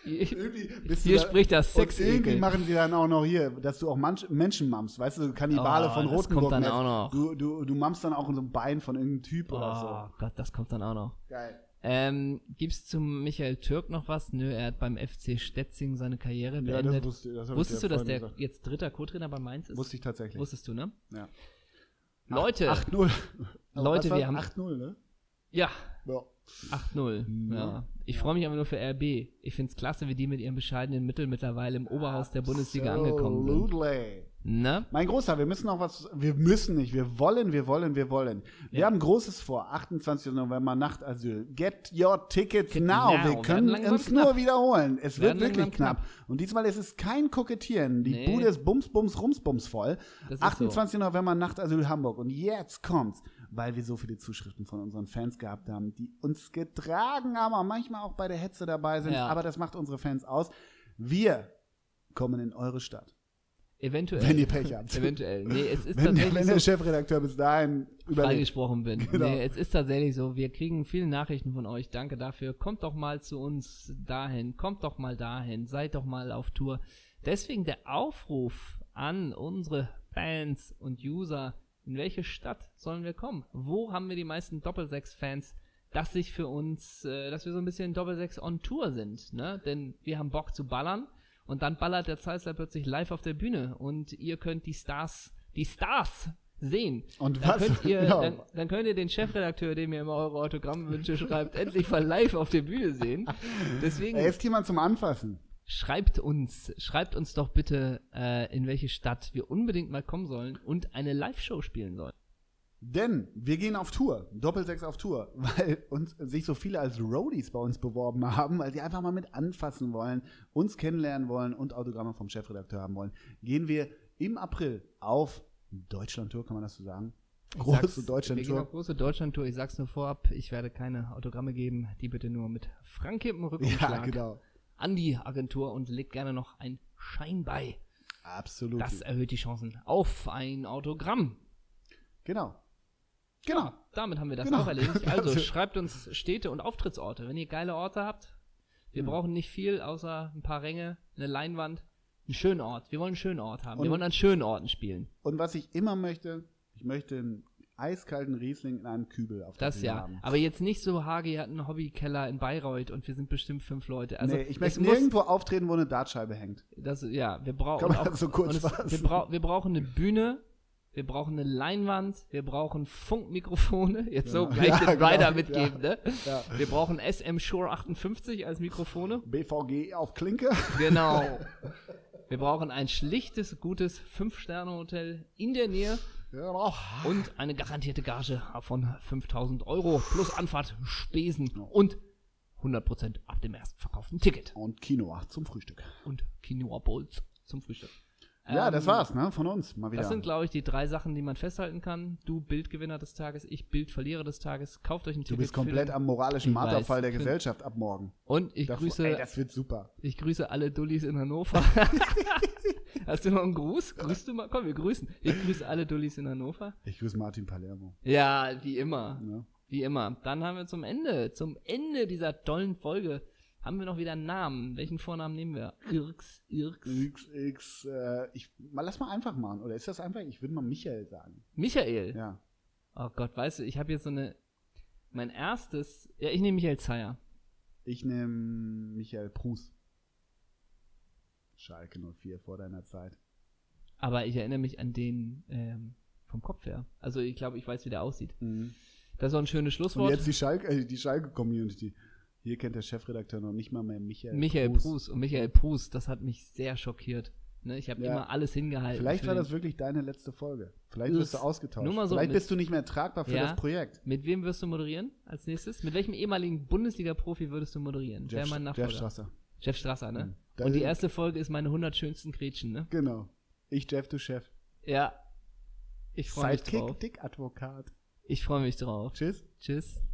S1: Irgendwie bist
S2: Hier
S1: du da-
S2: spricht das
S1: und
S2: Sexekel.
S1: Irgendwie machen die dann auch noch hier, dass du auch manch, Menschen mammst, weißt du, so Kannibale
S2: Oh,
S1: von
S2: das
S1: Rotenburg.
S2: kommt dann
S1: mäßig.
S2: auch noch.
S1: Du, du, du mammst dann auch in so ein Bein von irgendeinem Typ
S2: oh
S1: oder
S2: Gott, das kommt dann auch noch.
S1: so. Geil.
S2: Ähm, gibt's zum Michael Türk noch was? Nö, er hat beim FC Stetzing seine Karriere beendet.
S1: wusste, das hab ich
S2: Wusstest
S1: dir
S2: du, dass
S1: vorhin
S2: der
S1: gesagt.
S2: jetzt dritter Co-Trainer bei Mainz ist?
S1: Wusste ich tatsächlich.
S2: Wusstest du, ne?
S1: Ja.
S2: Leute,
S1: 8-0.
S2: Leute,
S1: Oh, Was war-
S2: wir haben-
S1: 8-0, ne?
S2: Ja,
S1: Ja.
S2: 8-0.
S1: Mhm. Ja.
S2: Ja. Ich freue mich aber nur für RB. Ich finde es klasse, wie die mit ihren bescheidenen Mitteln mittlerweile im Oberhaus der Bundesliga angekommen sind.
S1: Absolutely.
S2: Ne?
S1: Mein Großer, wir müssen noch was, wir müssen nicht, wir wollen, wir wollen, wir wollen. Wir haben Großes vor, 28. November Nachtasyl. Get your tickets
S2: Get
S1: now.
S2: now.
S1: Wir
S2: Werden
S1: können
S2: langsam
S1: uns
S2: knapp.
S1: nur wiederholen. Es wird
S2: Werden langsam
S1: wirklich knapp. Und diesmal ist es kein Kokettieren. Die
S2: Nee.
S1: Bude ist bums, bums, rums, bums voll.
S2: Das ist
S1: 28. November Nachtasyl Hamburg. Und jetzt kommt's, weil wir so viele Zuschriften von unseren Fans gehabt haben, die uns getragen haben, aber manchmal auch bei der Hetze dabei sind.
S2: Ja.
S1: Aber das macht unsere Fans aus. Wir kommen in eure Stadt.
S2: Eventuell.
S1: Wenn ihr Pech habt.
S2: Eventuell. Nee, es
S1: Wenn,
S2: ist
S1: der-
S2: tatsächlich
S1: wenn
S2: so,
S1: der Chefredakteur bis dahin überlegt.
S2: freigesprochen bin.
S1: Genau.
S2: Nee, es ist tatsächlich so, wir kriegen viele Nachrichten von euch. Danke dafür. Kommt doch mal zu uns dahin, kommt doch mal dahin, seid doch mal auf Tour. Deswegen der Aufruf an unsere Fans und User, in welche Stadt sollen wir kommen? Wo haben wir die meisten Doppelsechs-Fans, dass sich für uns, äh, dass wir so ein bisschen Doppelsechs on Tour sind, ne? Denn wir haben Bock zu ballern und dann ballert der Zeissler plötzlich live auf der Bühne und ihr könnt die Stars, die Stars sehen.
S1: Und
S2: Dann
S1: was?
S2: könnt, ihr,
S1: Genau.
S2: dann, dann könnt ihr den Chefredakteur, dem ihr immer eure Autogrammwünsche schreibt, endlich mal live auf der Bühne sehen. Deswegen
S1: Er ist jemand zum Anfassen.
S2: schreibt uns, schreibt uns doch bitte, äh, in welche Stadt wir unbedingt mal kommen sollen und eine Live-Show spielen sollen.
S1: Denn wir gehen auf Tour, Doppelsechs auf Tour, weil uns sich so viele als Roadies bei uns beworben haben, weil sie einfach mal mit anfassen wollen, uns kennenlernen wollen und Autogramme vom Chefredakteur haben wollen. Gehen wir im April auf Deutschlandtour, kann man das so sagen?
S2: Ich
S1: Große
S2: sag's, wir gehen auf
S1: Deutschlandtour.
S2: Große Deutschland-Tour. Ich sag's nur vorab, ich werde keine Autogramme geben, die bitte nur mit Frank im Rückumschlag
S1: Ja, genau.
S2: an die Agentur und legt gerne noch ein Schein bei.
S1: Absolut.
S2: Das erhöht die Chancen auf ein Autogramm.
S1: genau. Genau.
S2: Ja, damit haben wir das
S1: Genau.
S2: auch erledigt. Also
S1: Also-
S2: schreibt uns Städte und Auftrittsorte, wenn ihr geile Orte habt.
S1: Hm.
S2: Wir brauchen nicht viel, außer ein paar Ränge, eine Leinwand, einen schönen Ort. Wir wollen einen schönen Ort haben.
S1: Und-
S2: wir wollen an schönen Orten spielen.
S1: Und was ich immer möchte, ich möchte einen eiskalten Riesling in einem Kübel auf der
S2: Das
S1: Bühne
S2: ja.
S1: haben.
S2: Aber jetzt nicht so, Hagi hat einen Hobbykeller in Bayreuth und wir sind bestimmt fünf Leute. Also
S1: nee, ich
S2: es
S1: möchte
S2: muss,
S1: nirgendwo auftreten, wo eine Dartscheibe hängt.
S2: das, ja, wir brauchen
S1: Kann man das so also kurz
S2: und
S1: fassen?
S2: wir, brau- wir brauchen eine Bühne. Wir brauchen eine Leinwand, wir brauchen Funkmikrofone, jetzt so
S1: Ja.
S2: gleich
S1: Ja,
S2: den Rider
S1: genau,
S2: mitgeben, ne?
S1: Ja.
S2: Wir brauchen SM Shure 58 als Mikrofone.
S1: BVG auf Klinke.
S2: Genau. Wir brauchen ein schlichtes, gutes Fünf-Sterne-Hotel in der Nähe
S1: genau.
S2: und eine garantierte Gage von 5000 Euro plus Anfahrt, Spesen und 100% ab dem ersten verkauften Ticket
S1: Und Quinoa zum Frühstück.
S2: und Quinoa Bowls zum Frühstück.
S1: Ja,
S2: Ähm,
S1: das war's, ne? Von uns. Mal wieder.
S2: Das sind, glaube ich, die drei Sachen, die man festhalten kann. Du Bildgewinner des Tages, ich Bildverlierer des Tages. Kauft euch ein
S1: du
S2: Ticket.
S1: bist
S2: für
S1: komplett
S2: den-
S1: am moralischen
S2: Ich weiß,
S1: Marterfall der
S2: Film.
S1: Gesellschaft ab morgen.
S2: Und ich
S1: Das-
S2: grüße.
S1: ey, das wird super.
S2: Ich grüße alle Dullis in Hannover. Hast du noch einen Gruß? Grüßt du mal? Komm, wir grüßen. Ich grüße alle Dullis in Hannover.
S1: Ich grüße Martin Palermo.
S2: Ja, wie immer.
S1: Ne?
S2: Wie immer. Dann haben wir zum Ende, zum Ende dieser tollen Folge, haben wir noch wieder einen Namen. Welchen Vornamen nehmen wir? Irks, Irks.
S1: XX, äh, ich, mal, lass mal einfach machen. Oder ist das einfach? Ich würde mal Michael sagen.
S2: Michael.
S1: Ja.
S2: Oh Gott, weißt du, ich habe jetzt so eine. Mein erstes. Ja, ich nehme Michael Zeyer.
S1: Ich nehme Michael Prus. Schalke 04 vor deiner Zeit.
S2: Aber ich erinnere mich an den ähm, vom Kopf her. Also ich glaube, ich weiß, wie der aussieht. Das ist auch ein schönes
S1: Und
S2: Schlusswort.
S1: jetzt die Schalke, äh, die Schalke Community. Hier kennt der Chefredakteur noch nicht mal mehr Michael.
S2: Michael
S1: Prus.
S2: Prus. Und Michael Prus, das hat mich sehr schockiert. Ne, ich habe
S1: Ja.
S2: immer alles hingehalten.
S1: Vielleicht
S2: für
S1: war
S2: den-
S1: das wirklich deine letzte Folge. Vielleicht
S2: Das
S1: wirst du
S2: ist
S1: ausgetauscht.
S2: nur mal so
S1: Vielleicht
S2: mit-
S1: bist du nicht mehr tragbar für
S2: Ja.
S1: das Projekt.
S2: Mit wem wirst du moderieren als nächstes? Mit welchem ehemaligen Bundesliga-Profi würdest du moderieren? Wer mein
S1: Jeff, Jeff
S2: Nachfolger?
S1: Strasser.
S2: Jeff Strasser, ne?
S1: Mhm. Da
S2: Und die
S1: sind-
S2: erste Folge ist meine 100 schönsten Gretchen, ne?
S1: Genau. Ich, Jeff, du Chef.
S2: Ja. Ich freue mich
S1: Sidekick,
S2: drauf.
S1: Dick Advokat.
S2: Ich freue mich drauf.
S1: Tschüss.
S2: Tschüss.